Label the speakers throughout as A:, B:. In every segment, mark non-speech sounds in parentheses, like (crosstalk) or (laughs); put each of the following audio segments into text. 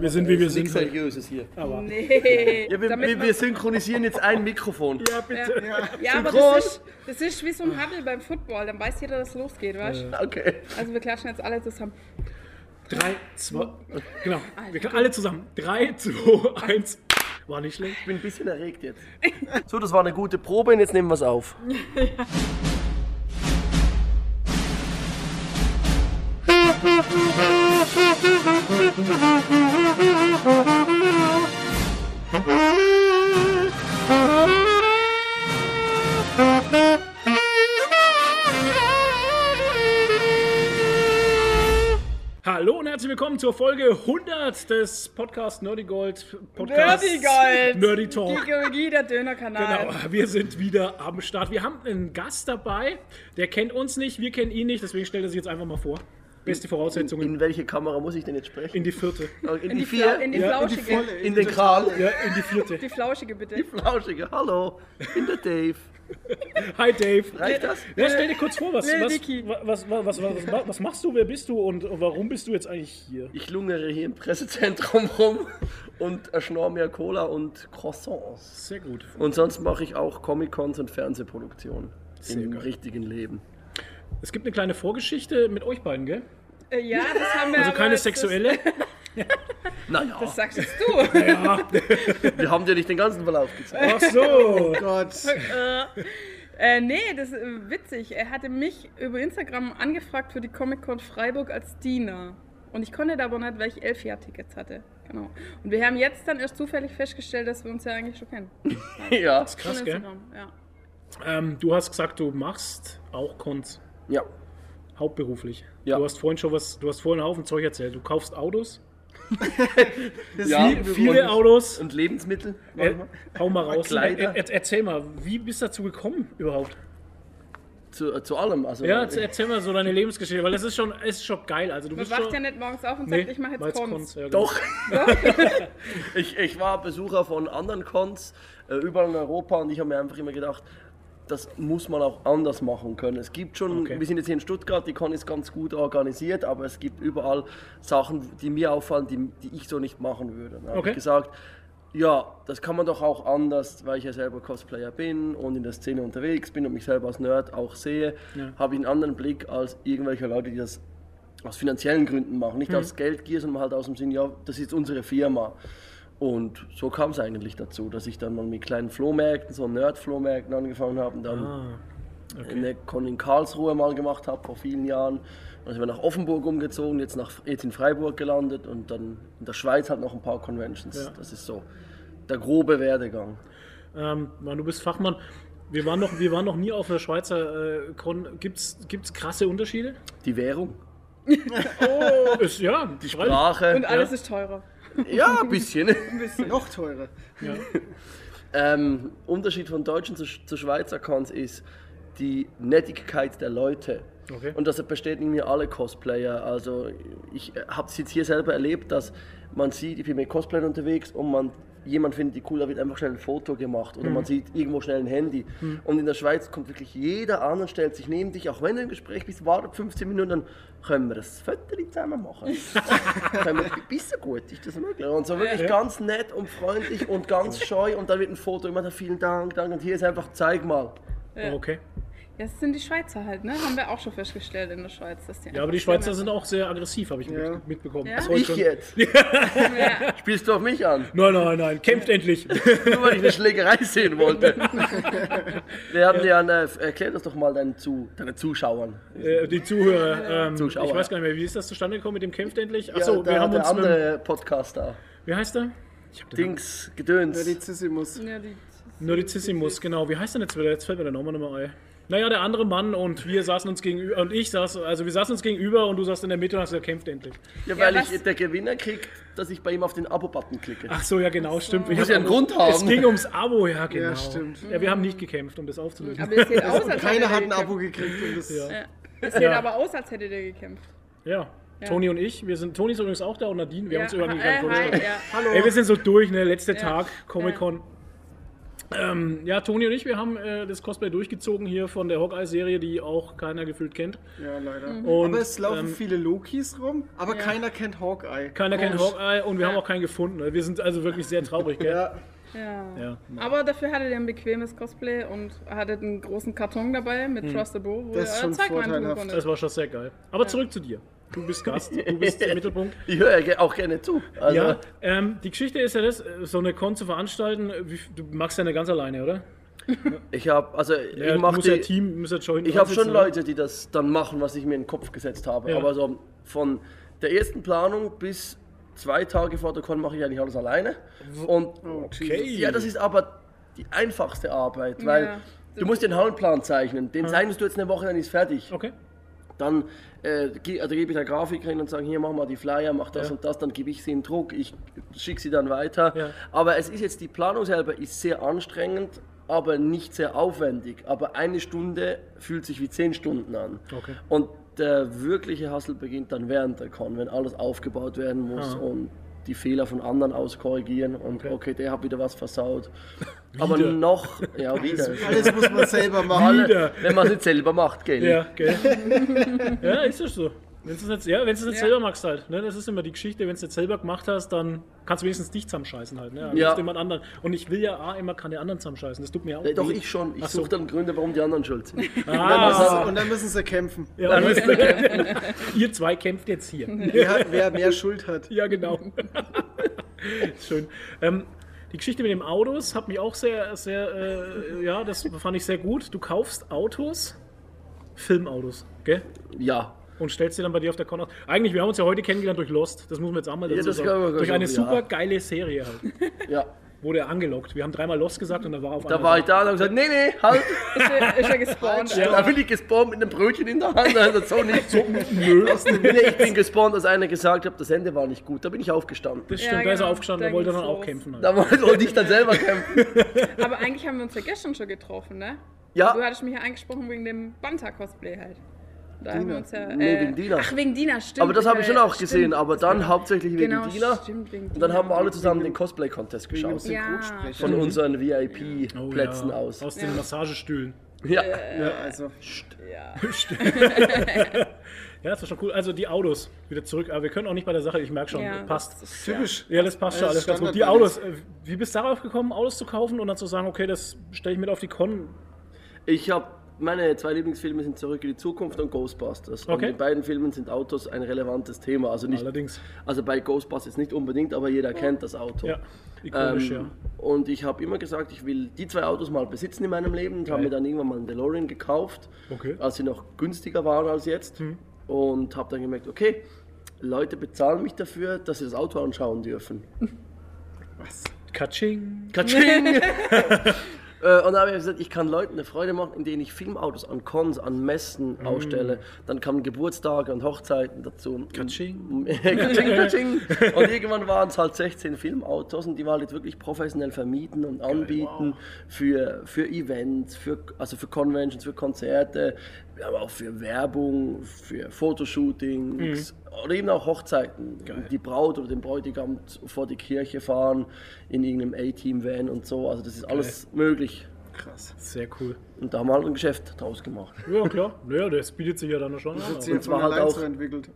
A: Wir sind, wie wir sind.
B: Nichts Seriöses hier.
A: Aber
C: Nee.
B: Ja, wir,
C: damit
B: wir,
C: man-
B: wir synchronisieren jetzt ein Mikrofon.
A: ja, bitte.
C: ja, ja aber
B: groß.
C: das ist, das ist wie so ein Huddle beim Football. Dann weiß jeder, dass es losgeht, weißt du?
B: Okay.
C: Also wir klatschen jetzt alle zusammen.
A: Drei, zwei, genau. Wir können alle zusammen. Drei, zwei, eins. War nicht schlecht.
B: Ich bin ein bisschen erregt jetzt. (laughs) So, das war eine gute Probe und jetzt nehmen wir es auf.
A: Hallo und herzlich willkommen zur Folge 100 des Podcast Nerdy Gold. Podcast
C: Nerdy Gold.
A: Nerdy
C: Die
A: Talk.
C: Geologie, der Dönerkanal.
A: Genau, wir sind wieder am Start. Wir haben einen Gast dabei, der kennt uns nicht, wir kennen ihn nicht, deswegen stellt er sich jetzt einfach mal vor. Beste
B: In,
A: Voraussetzungen
B: in welche Kamera muss ich denn jetzt sprechen?
A: in die vierte.
B: Oh, in,
C: In
B: die
C: die,
B: vier?
C: Flau in die
A: Ja, in die
C: Flauschige.
A: Volle.
B: in den Karl?
A: Ja, in die vierte.
C: die Flauschige, bitte.
B: Die Flauschige, hallo. In der Dave.
A: Hi Dave.
B: Reicht das?
A: Ja, stell dir kurz vor, was,
C: Lil
A: was,
C: Dicky.
A: was, was, was, was, was, was machst du, wer bist du und warum bist du jetzt eigentlich hier?
B: Ich lungere hier im Pressezentrum rum und erschnorre mir Cola und Croissants.
A: Sehr gut.
B: Und sonst mache ich auch Comic-Cons und Fernsehproduktionen.
A: Sehr
B: Im
A: geil.
B: richtigen Leben.
A: Es gibt eine kleine Vorgeschichte mit euch beiden, gell?
C: Äh, ja, das haben wir
A: Also
C: aber
A: keine
C: jetzt- (laughs)
A: sexuelle.
B: Naja,
C: Das, das sagst jetzt
A: (laughs)
C: du.
A: Ja.
B: wir haben dir nicht den ganzen Verlauf gezeigt.
A: Ach so.
C: Äh, nee, das ist äh, witzig. Er hatte mich über Instagram angefragt für die Comic-Con Freiburg als Diener. Und ich konnte da aber nicht, weil ich elf Jahr Tickets hatte. Genau. Und wir haben jetzt dann erst zufällig festgestellt, dass wir uns ja eigentlich schon kennen.
B: Ja.
A: Krass,
C: Von
A: gell?
C: Instagram, ja. genau.
A: Ähm, du hast gesagt, du machst auch Cons
B: Ja.
A: hauptberuflich.
B: Ja.
A: Du hast vorhin schon was, du hast vorhin einen Haufen Zeug erzählt. Du kaufst Autos,
B: ja.
A: viele Autos.
B: Und Lebensmittel?
A: Äh, hau mal raus.
B: Kleider.
A: Er, er, erzähl mal, wie bist du dazu gekommen überhaupt?
B: Zu, äh, zu allem. Also,
A: Ja,
B: äh,
A: jetzt erzähl mal so deine Lebensgeschichte, weil das ist schon, es ist schon geil. Also du
C: Man
A: bist
C: wacht
A: schon,
C: ja nicht morgens auf und
A: Nee,
C: sagt, ich mache
A: weil
C: jetzt
A: es
C: Cons.
A: ja, genau.
B: Doch. ich, ich war Besucher von anderen Cons äh, überall in Europa und ich habe mir einfach immer gedacht, das muss man auch anders machen können. Es gibt schon,
A: Okay.
B: wir sind jetzt hier in Stuttgart, die Con ist ganz gut organisiert, aber es gibt überall Sachen, die mir auffallen, die, die ich so nicht machen würde. Da habe
A: Okay.
B: ich gesagt, ja, das kann man doch auch anders, weil ich ja selber Cosplayer bin und in der Szene unterwegs bin und mich selber als Nerd auch sehe,
A: Ja.
B: habe ich einen anderen Blick als irgendwelche Leute, die das aus finanziellen Gründen machen,
A: Hm.
B: nicht aus Geldgier, sondern halt aus dem Sinn, ja, das ist unsere Firma. Und so kam es eigentlich dazu, dass ich dann mal mit kleinen Flohmärkten, so Nerd-Flohmärkten angefangen habe und dann
A: Ah,
B: eine Con in Karlsruhe mal gemacht habe vor vielen Jahren. Dann sind wir nach Offenburg umgezogen, jetzt, nach, jetzt in Freiburg gelandet und dann in der Schweiz halt noch ein paar Conventions.
A: Ja.
B: Das ist so der grobe Werdegang.
A: ähm, Mann, du bist Fachmann. Wir waren noch, wir waren noch nie auf einer Schweizer äh, Con. Gibt's, gibt's krasse Unterschiede?
B: Die Währung,
A: Oh, ist, ja, die
B: Sprache,
C: Und alles ist teurer.
B: ja, (laughs) ein bisschen.
D: Noch teurer.
A: Ja.
B: (laughs) Ähm, Unterschied von Deutschen zu, Sch- zu Schweizer Cons ist die Nettigkeit der Leute.
A: Okay.
B: Und das bestätigen mir alle Cosplayer. Also ich habe es jetzt hier selber erlebt, dass man sieht, ich bin mit Cosplayern unterwegs und man jemand findet die cool, da wird einfach schnell ein Foto gemacht oder man sieht irgendwo schnell ein Handy. Und in der Schweiz kommt wirklich jeder an und stellt sich neben dich, auch wenn du im Gespräch bist, wartet 15 Minuten, dann können wir das Fötterchen zusammen machen. können wir, bist du gut, ist das möglich? Und so wirklich ganz nett und freundlich und ganz scheu und dann wird ein Foto immer, vielen Dank, danke und hier ist einfach, zeig mal.
A: Oh, Okay.
C: Ja, das sind die Schweizer halt, ne? Haben wir auch schon festgestellt in der Schweiz. Dass die
A: Ja, aber die Schweizer sind auch sehr aggressiv, habe ich mit-
D: Ja.
A: mitbekommen.
C: Ja?
A: Das heute
B: Ich
A: schon-
B: jetzt,
C: Ja.
B: spielst du auf mich an?
A: Nein, nein, nein, kämpft
B: (laughs)
A: endlich.
B: Nur weil ich eine Schlägerei sehen wollte. (laughs) Wir haben ja, eine, erklär das doch mal deinen, Zu, deinen Zuschauern.
A: Äh, die Zuhörer, ähm,
B: Zuschauer.
A: ich weiß gar nicht mehr, wie ist das zustande gekommen mit dem kämpft endlich?
B: Ja,
A: Achso,
B: da
A: wir haben
B: der
A: uns mit, dem-
B: andere Podcaster,
A: wie heißt der? Ich hab den Namen-
B: Dings, Gedöns.
D: Verizissimus.
C: Ja, die,
A: (laughs) Nerdicissimus, genau. Wie heißt denn jetzt wieder? Jetzt fällt mir der Name nochmal ein. Naja, der andere Mann und wir saßen uns gegenüber und ich saß, also wir saßen uns gegenüber und du saßt in der Mitte und hast gesagt, kämpft endlich.
B: Ja, weil
C: Ja,
B: ich
C: was-
B: der Gewinner kriegt, dass ich bei ihm auf den Abo-Button klicke.
A: Ach so, ja genau, stimmt. Ich
B: Muss
A: hab-
B: ja einen Grund haben.
A: es ging ums Abo, ja genau. Ja,
D: stimmt.
A: wir haben nicht gekämpft, um das aufzulösen.
C: aber es sieht aus, als hätte
D: Also Keiner
C: der
D: hat ein
C: gekämpft.
D: Abo gekriegt und das
A: Ja.
C: Es sieht
A: Ja.
C: aber aus, als hätte der gekämpft.
A: Ja. Toni und ich, wir sind, Toni ist übrigens auch da und Nadine, wir haben uns
C: ja,
A: überhaupt nicht
C: äh,
A: vorgestellt.
C: hi, ja.
D: Hallo.
A: Ey, wir sind so durch, ne? Letzter
C: Ja.
A: Tag, Comic-Con. Ähm, ja, Toni und ich, wir haben äh, das Cosplay durchgezogen hier von der Hawkeye-Serie, die auch keiner gefühlt kennt.
D: Ja, leider.
A: Und,
D: aber es
A: ähm,
D: laufen viele Lokis rum, aber
C: Ja.
D: keiner kennt Hawkeye.
A: Keiner kennt
D: Komisch.
A: Hawkeye und wir haben auch keinen gefunden. ne? Wir sind also wirklich sehr traurig, gell?
D: Ja,
C: Ja.
A: Ja.
C: Aber dafür hattet ihr ein bequemes Cosplay und hattet einen großen Karton dabei
A: Hm.
C: mit Trust the Bow, wo
D: Das ist
C: ihr euer
D: schon
C: Zeug reintun
D: vorteilhaft.
A: Das
C: konntet.
A: war schon sehr geil. Aber zurück zu dir. Du bist Gast,
C: (laughs)
A: du bist der Mittelpunkt.
B: Ich höre ja ge- auch gerne zu. Also,
A: Ja, ähm, die Geschichte ist ja das, äh, so eine Con zu veranstalten, äh, wie- du machst ja nicht ganz alleine, oder?
B: ich habe also
A: Ja,
B: ich
A: du
B: mache
A: musst ja
B: die,
A: Team, muss ja schon hinten
B: Ich habe schon
A: sitzen,
B: Leute, die das dann machen, was ich mir in den Kopf gesetzt habe.
A: Ja.
B: Aber so von der ersten Planung bis zwei Tage vor der Con mache ich eigentlich alles alleine. Und
A: Okay.
B: ja, das ist aber die einfachste Arbeit, weil
C: Ja.
B: du musst den Hallenplan zeichnen. Den zeichnest du jetzt eine Woche, dann ist fertig.
A: Okay.
B: Dann äh, ge- also gebe ich der Grafikerin und sage, hier mach mal die Flyer, mach das
A: Ja.
B: und das, dann gebe ich sie in Druck, ich schicke sie dann weiter.
A: Ja.
B: Aber es ist jetzt, die Planung selber ist sehr anstrengend, aber nicht sehr aufwendig. Aber eine Stunde fühlt sich wie zehn Stunden an.
A: Okay.
B: Und der wirkliche Hassel beginnt dann während der Con, wenn alles aufgebaut werden muss
A: Ah.
B: und die Fehler von anderen auskorrigieren und okay, der hat wieder was
A: (laughs)
B: versaut. aber
A: Wieder.
B: noch,
A: (laughs)
B: ja, wieder.
D: alles muss man selber machen.
A: Wieder.
B: Wenn man es nicht selber macht, gell?
A: Ja, gell?
B: (laughs)
A: ja, ist das so. Wenn du es nicht, ja, wenn's nicht
C: Ja.
A: selber machst halt. Ne? Das ist immer die Geschichte, wenn du es nicht selber gemacht hast, dann kannst du wenigstens dich zusammenscheißen halt. Ne? Aber
B: Ja.
A: nicht jemand anderen. Und ich will ja A, immer keine anderen zusammenscheißen. Das tut mir auch
B: Nee, Äh, doch,
A: weh.
B: ich schon. Ich
A: Ach so.
B: suche dann Gründe, warum die anderen schuld sind.
A: Ah,
D: Und dann müssen sie kämpfen.
A: ja, und (laughs) ihr zwei kämpft jetzt hier.
B: (laughs)
D: Wer, hat- wer mehr Schuld hat.
A: Ja, genau. (laughs) Schön. Ähm, die Geschichte mit dem Autos hat mich auch sehr, sehr, äh, ja, das fand ich sehr gut. Du kaufst Autos, Filmautos, gell?
B: Ja.
A: Und stellst dir dann bei dir auf der Con aus. Eigentlich, wir haben uns ja heute kennengelernt durch Lost, das muss man jetzt auch mal dazu
B: Ja, das kann
A: sagen.
B: man
A: Durch eine
B: sagen, ja.
A: super geile Serie halt.
B: ja.
A: Wurde er angelockt. Wir haben dreimal Lost gesagt und da war er auf
B: Da
A: einmal
B: war ich da und hab gesagt, nee, nee, halt.
C: Ist er,
A: (laughs)
C: ist er gespawnt?
B: Da bin ich gespawnt mit einem Brötchen in der Hand. Also so nicht. So, (laughs)
A: Nö, das (laughs) stimmt,
B: nee, ich bin gespawnt, als einer gesagt hat, das Ende war nicht gut. Da bin ich aufgestanden.
A: da ist er
C: genau,
A: aufgestanden,
C: da
A: da wollte er
C: ging's
A: dann auch
C: los.
A: kämpfen. Halt.
B: Da wollte ich dann selber kämpfen.
C: Aber eigentlich haben wir uns ja gestern schon getroffen, ne? Du
B: Ja,
C: hattest mich ja angesprochen wegen dem Banta-Cosplay halt. Da haben wir uns ja. äh,
B: Nee, wegen Dina.
C: Ach, wegen Dina, stimmt.
B: aber das habe ich schon
C: äh,
B: auch gesehen.
C: stimmt.
B: Aber dann hauptsächlich wegen
C: genau,
B: Dina.
C: Stimmt, wegen
B: Und dann haben wir alle zusammen den
D: Wegen-
B: Cosplay-Contest
D: Wegen dem
B: geschaut.
D: Synchronsprecher.
B: Von
D: Ja.
B: unseren
A: Oh,
B: VIP-Plätzen
A: ja,
B: aus.
A: Aus den
C: Ja.
A: Massagestühlen.
B: Ja.
D: Ja, also.
C: Ja.
A: Ja, das war schon cool. Also die Autos wieder zurück. Aber wir können auch nicht bei der Sache, ich merke schon,
C: ja,
A: passt.
C: das ist-
D: Typisch.
A: Ja, das passt schon
D: Das
A: alles
D: ist
A: ganz gut. Die
D: Standard
A: Autos, äh, wie bist du darauf gekommen, Autos zu kaufen und dann zu sagen, okay, das stelle ich mit auf die Con?
B: Ich habe meine zwei Lieblingsfilme sind Zurück in die Zukunft und Ghostbusters. Und
A: Okay.
B: in beiden Filmen sind Autos ein relevantes Thema. Also nicht,
A: Allerdings.
B: also bei Ghostbusters nicht unbedingt, aber jeder kennt das Auto.
A: Ja, ikonisch,
B: Ähm, Und ich habe immer gesagt, ich will die zwei Autos mal besitzen in meinem Leben und habe mir dann irgendwann mal einen DeLorean gekauft,
A: Okay. Hm.
B: als sie noch günstiger waren als jetzt. Und habe dann gemerkt, okay, Leute bezahlen mich dafür, dass sie das Auto anschauen dürfen.
A: ja. Katsching.
B: Katsching! äh, und da habe ich gesagt, ich kann Leuten eine Freude machen, indem ich Filmautos an Cons, an Messen ausstelle. Dann kamen Geburtstage und Hochzeiten dazu.
A: Katsching.
B: (laughs) Katsching, katsching. Und irgendwann waren es halt 16 Filmautos und die waren jetzt wirklich professionell vermieten und anbieten für, für Events, für, also für Conventions, für Konzerte, aber auch für Werbung, für Fotoshootings oder eben auch Hochzeiten. Die Braut oder den Bräutigam z- vor die Kirche fahren in irgendeinem A-Team-Van und so. Also das ist alles möglich.
D: Krass.
A: Sehr cool.
B: Und da haben wir halt ein Geschäft draus gemacht.
A: Ja, klar. Naja, das bietet sich ja dann schon
D: Das
A: an.
D: hat
A: aber-
D: sich
B: Und
D: jetzt
B: zwar
D: mal
B: halt
D: allein
B: auch- Hm?
D: so entwickelt.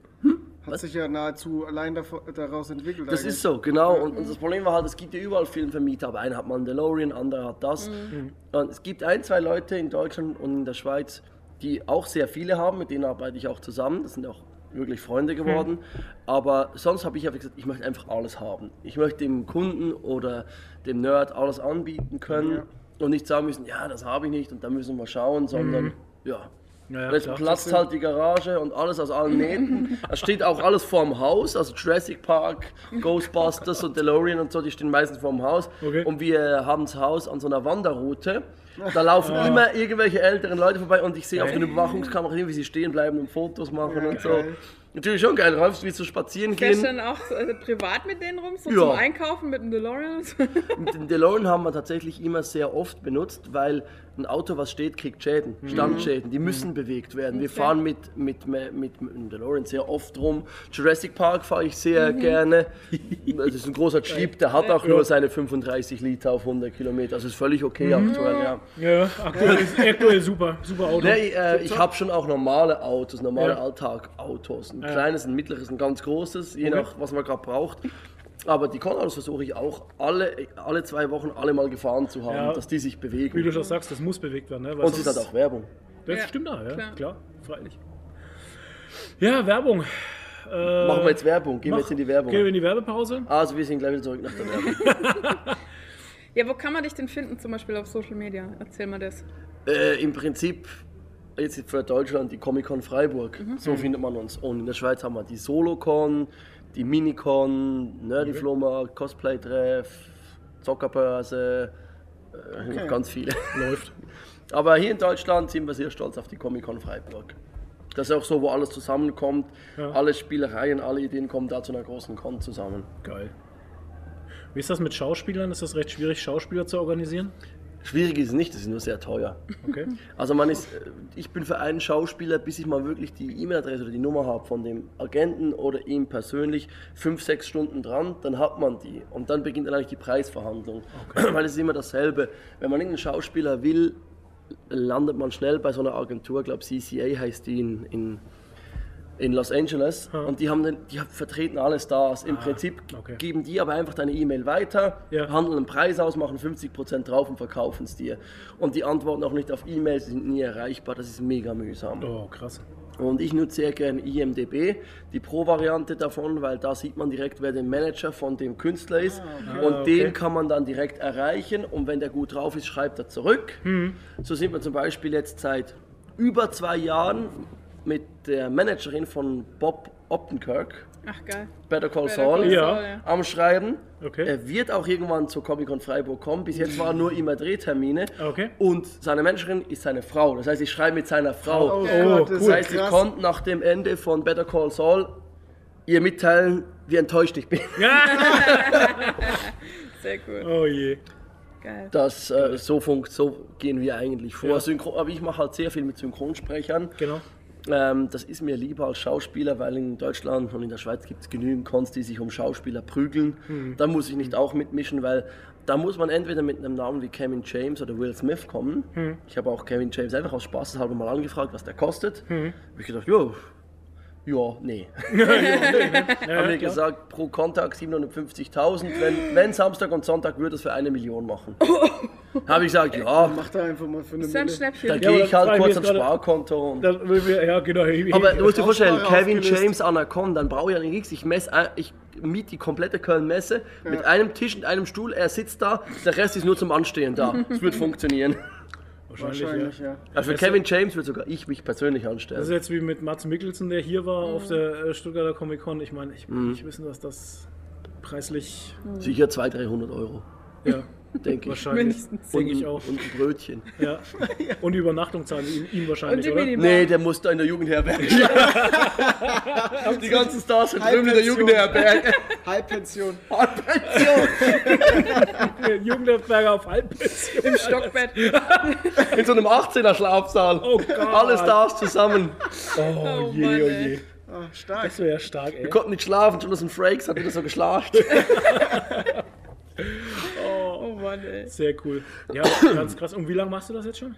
D: Hat sich ja nahezu allein dav- daraus entwickelt.
B: Das
D: eigentlich.
B: ist so, genau. Und, und das Problem war halt, es gibt ja überall Filmvermieter. Aber einer hat Mandalorian, anderer hat das. Und es gibt ein, zwei Leute in Deutschland und in der Schweiz, die auch sehr viele haben. Mit denen arbeite ich auch zusammen. Das sind auch wirklich Freunde geworden. Aber sonst habe ich einfach gesagt, ich möchte einfach alles haben. Ich möchte dem Kunden oder dem Nerd alles anbieten können und nicht sagen müssen, ja, das habe ich nicht und da müssen wir schauen, sondern ja.
A: Ja, ja,
B: Und jetzt
A: klar.
B: platzt halt die Garage und alles aus allen Nähten. Es steht auch alles vorm Haus, also Jurassic Park, Ghostbusters und DeLorean und so, die stehen meistens vorm Haus.
A: Okay.
B: Und wir haben das Haus an so einer Wanderroute Da laufen
A: Ah.
B: immer irgendwelche älteren Leute vorbei und ich sehe auf den Überwachungskameras, wie sie stehen bleiben und Fotos machen und so.
D: geil.
B: Natürlich schon geil, Ralf, wie zu spazieren gehen.
C: Gestern auch so, also privat mit denen rum, so
B: Ja.
C: zum Einkaufen mit dem DeLorean. und so. (laughs)
B: Und Den DeLorean haben wir tatsächlich immer sehr oft benutzt, weil ein Auto, was steht, kriegt Schäden, Standschäden, die müssen bewegt werden. Wir
C: Okay.
B: fahren mit, mit, mit, mit dem DeLorean sehr oft rum. Jurassic Park fahre ich sehr gerne. Das ist ein großer Jeep, der hat auch nur seine 35 Liter auf 100 Kilometer. Also ist völlig okay aktuell, ja.
A: Ja, aktuell, ist, aktuell super, super Auto.
B: Nee, äh, ich habe schon auch normale Autos, normale
A: Ja.
B: Alltagautos. Ein kleines, ein mittleres, ein ganz großes, je
A: Okay.
B: nach was man gerade braucht. Aber die Konrads versuche ich auch alle, alle zwei Wochen alle mal gefahren zu haben,
A: Ja.
B: dass die sich
A: Wie du
B: bewegen.
A: schon sagst, das muss bewegt werden. Ne? Weil
B: Und sie ist
A: sonst-
B: halt auch Werbung.
A: Das
C: Ja,
A: stimmt da, ja, klar.
C: klar.
A: freilich. Ja, Werbung. Äh,
B: Machen wir jetzt Werbung, gehen
A: mach-
B: wir jetzt in die Werbung.
A: Gehen wir in die Werbepause?
B: Also wir sind gleich wieder zurück nach der Werbung.
C: Ja, wo kann man dich denn finden, zum Beispiel auf Social Media? Erzähl mal das.
B: äh, Im Prinzip, jetzt für Deutschland die Comic-Con Freiburg, so findet man uns. Und in der Schweiz haben wir die Solocon, die Minicon, Nerdyfloma, Cosplay-Treff, Zockerbörse, äh, noch ganz viele. (laughs)
A: Läuft.
B: Aber hier in Deutschland sind wir sehr stolz auf die Comic-Con Freiburg. Das ist auch so, wo alles zusammenkommt, alle Spielereien, alle Ideen kommen da zu einer großen Con zusammen.
A: Geil. Wie ist das mit Schauspielern? Ist das recht schwierig, Schauspieler zu organisieren?
B: Schwierig ist es nicht, es ist nur sehr teuer.
A: Okay.
B: Also man ist, äh, ich bin für einen Schauspieler, bis ich mal wirklich die E-Mail-Adresse oder die Nummer habe von dem Agenten oder ihm persönlich, fünf, sechs Stunden dran, dann hat man die. Und dann beginnt dann eigentlich die Preisverhandlung. (clears throat) Weil es ist immer dasselbe. Wenn man irgendeinen Schauspieler will, landet man schnell bei so einer Agentur, glaube CCA heißt die in, in, in Los Angeles. Und die, haben den, die vertreten alle Stars. Im Prinzip
A: Ah, okay.
B: geben die aber einfach deine E-Mail weiter,
A: Ja.
B: handeln einen Preis aus, machen 50% drauf und verkaufen es dir. Und die antworten auch nicht auf E-Mails, die sind nie erreichbar, das ist mega mühsam.
A: Oh, krass.
B: Und ich nutze sehr gerne IMDB, die Pro-Variante davon, weil da sieht man direkt, wer der Manager von dem Künstler ist. Und
A: Ah, okay.
B: den kann man dann direkt erreichen. Und wenn der gut drauf ist, schreibt er zurück.
A: Hm.
B: So sind wir zum Beispiel jetzt seit über zwei Jahren mit der Managerin von Bob Optenkirk,
C: Ach, geil.
B: Better Call
C: Better
B: Saul,
C: Call
A: Ja.
C: Saul, ja.
B: am Schreiben.
A: Okay.
B: Er wird auch irgendwann zur Comic-Con Freiburg kommen. Bis jetzt waren nur immer Drehtermine.
A: Okay.
B: Und seine Managerin ist seine Frau. Das heißt, ich schreibe mit seiner Frau.
A: Oh,
D: Oh, Gott, das
A: cool.
B: Das
D: ist
B: heißt, ich
D: krass.
B: konnte nach dem Ende von Better Call Saul ihr mitteilen, wie enttäuscht ich bin.
A: Ja!
C: Sehr cool.
A: Oh je.
C: Geil.
B: Das, äh, so, funkt, so gehen wir eigentlich vor.
A: Ja.
B: Synchro, aber ich mache halt sehr viel mit Synchronsprechern.
A: Genau.
B: Ähm, das ist mir lieber als Schauspieler, weil in Deutschland und in der Schweiz gibt es genügend Cons, die sich um Schauspieler prügeln. Da muss ich nicht auch mitmischen, weil da muss man entweder mit einem Namen wie Kevin James oder Will Smith kommen. Ich habe auch Kevin James einfach aus Spaß halber mal angefragt, was der kostet. Hab ich gedacht, jo, ja, nee. (laughs) Haben mir gesagt, pro Kontakt 750.000. Wenn, wenn Samstag und Sonntag würde es für eine Million machen. Habe ich gesagt, ja,
D: Mach da einfach mal für eine
C: Ist ja ein
D: Minute.
B: da
C: Schnäppchen.
A: Ja,
B: gehe ich
A: aber
B: halt
A: bei mir
B: kurz
A: ist
B: ans
A: gerade-
B: Sparkonto. Und
A: Dann will wir, ja, genau.
B: aber du musst dir vorstellen,
D: Aussprache
B: Kevin
D: aufgelöst.
B: James Anacon, dann brauche ich ja nichts. Ich messe, ein- ich miete die komplette Köln-Messe mit einem Tisch und einem Stuhl. Er sitzt da, der Rest ist nur zum Anstehen da. Es wird
A: (laughs)
B: funktionieren.
A: wahrscheinlich,
D: Wahrscheinlich,
A: ja.
D: ja.
B: Also für
A: Weißt du-
B: Kevin James würde sogar ich mich persönlich
A: Das
B: anstellen.
A: ist jetzt wie mit Mats Mikkelsen, der hier war auf der äh, Stuttgarter Comic Con. Ich meine, ich will nicht wissen, was das preislich.
B: Sicher 200, 300 Euro,
A: Ja,
B: denke
A: (laughs)
B: ich.
A: wahrscheinlich.
C: Mindestens.
A: Denke ich
B: ein-
A: auch.
B: und ein Brötchen.
A: Ja. Und die Übernachtung zahlen sie ihm, ihm
C: Und
A: wahrscheinlich,
C: die
A: oder?
C: Minibar.
B: Nee, der muss da in der
A: (laughs)
B: Jugendherberge. die ganzen Stars sind drüben in der
D: Halbpension.
A: (laughs)
B: Jugendherberge.
D: Halbpension.
A: (laughs) Jugendberger auf Halbpension.
C: Im Stockbett.
B: In so einem 18er Schlafsaal.
A: Oh Gott.
B: Alle Stars zusammen.
A: Oh,
C: Oh
A: je,
C: Mann,
A: oh
C: ey.
A: je.
D: Ah, stark.
A: Das wäre ja stark, ey.
B: Wir konnten nicht schlafen, Jonathan Frakes hat wieder so geschlafen.
C: Oh Mann, ey.
A: Sehr cool. Ja, ganz krass. Und wie lange machst du das jetzt schon?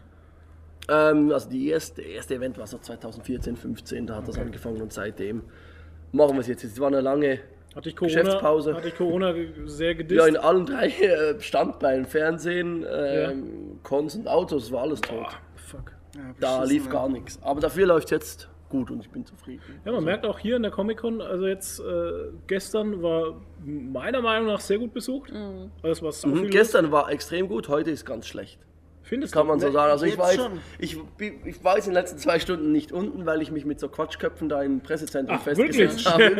B: Ähm, also die erste, erste Event war so 2014, 15, da hat das angefangen und seitdem machen wir es jetzt. Es war eine lange,
A: Hatte ich Corona,
B: Geschäftspause.
A: Hatte ich Corona ge- sehr
B: ja
A: gedisst.
B: in allen drei äh, Standbeinen, Fernsehen, ähm, Cons und Autos, war alles tot.
A: Fuck.
D: Ja,
B: da
D: beschissen,
B: lief
D: ey.
B: gar nichts. Aber dafür läuft es jetzt gut und ich bin zufrieden.
A: Ja, man merkt auch hier in der Comic-Con, also jetzt äh, gestern war meiner Meinung nach sehr gut besucht. Also es war so
B: Mhm,
A: viel
B: gestern war extrem gut, heute ist ganz schlecht.
A: los. Findest
B: Kann man so
D: Ne,
B: sagen. Also ich
D: jetzt
B: weiß,
D: schon.
B: ich, bin- ich weiß in den letzten zwei Stunden nicht unten, weil ich mich mit so Quatschköpfen da im Pressezentrum
A: Ach,
B: festgesetzt
A: (laughs)
B: habe.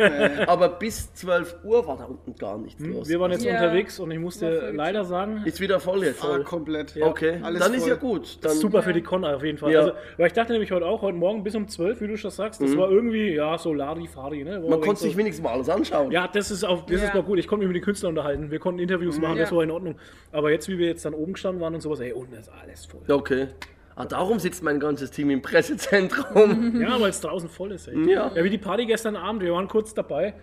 B: Aber bis 12 Uhr war da unten gar nichts los.
A: Hm, Wir waren jetzt
C: Ja.
A: unterwegs und ich
C: War
A: musste
C: voll
A: leider sagen,
B: Ist wieder voll jetzt.
D: Ah,
B: Voll.
D: komplett.
B: Okay,
D: Alles
B: dann ist
D: voll.
B: ja gut. Dann
A: super für die Con auf jeden Fall.
B: Ja. Mhm.
A: Also, weil ich dachte nämlich heute auch, heute Morgen bis um 12, wie du schon sagst, das war irgendwie, ja, so Larifari. Ne? War
B: Man
A: irgendwie
B: konnte
A: so-
B: sich wenigstens mal alles anschauen.
A: Ja, das ist auch, das
C: Ja.
A: ist mal gut. Ich konnte mich mit den Künstlern unterhalten. Wir konnten Interviews
B: Mhm.
A: machen, das
C: Ja.
A: war in Ordnung. Aber jetzt, wie wir jetzt dann oben gestanden waren und sowas, ey, unten ist alles voll.
B: Okay. Ah, darum sitzt mein ganzes Team im
A: (laughs)
B: Pressezentrum.
A: Ja, weil es draußen voll ist, ey.
B: Ja.
A: wie die Party gestern Abend, wir waren kurz dabei.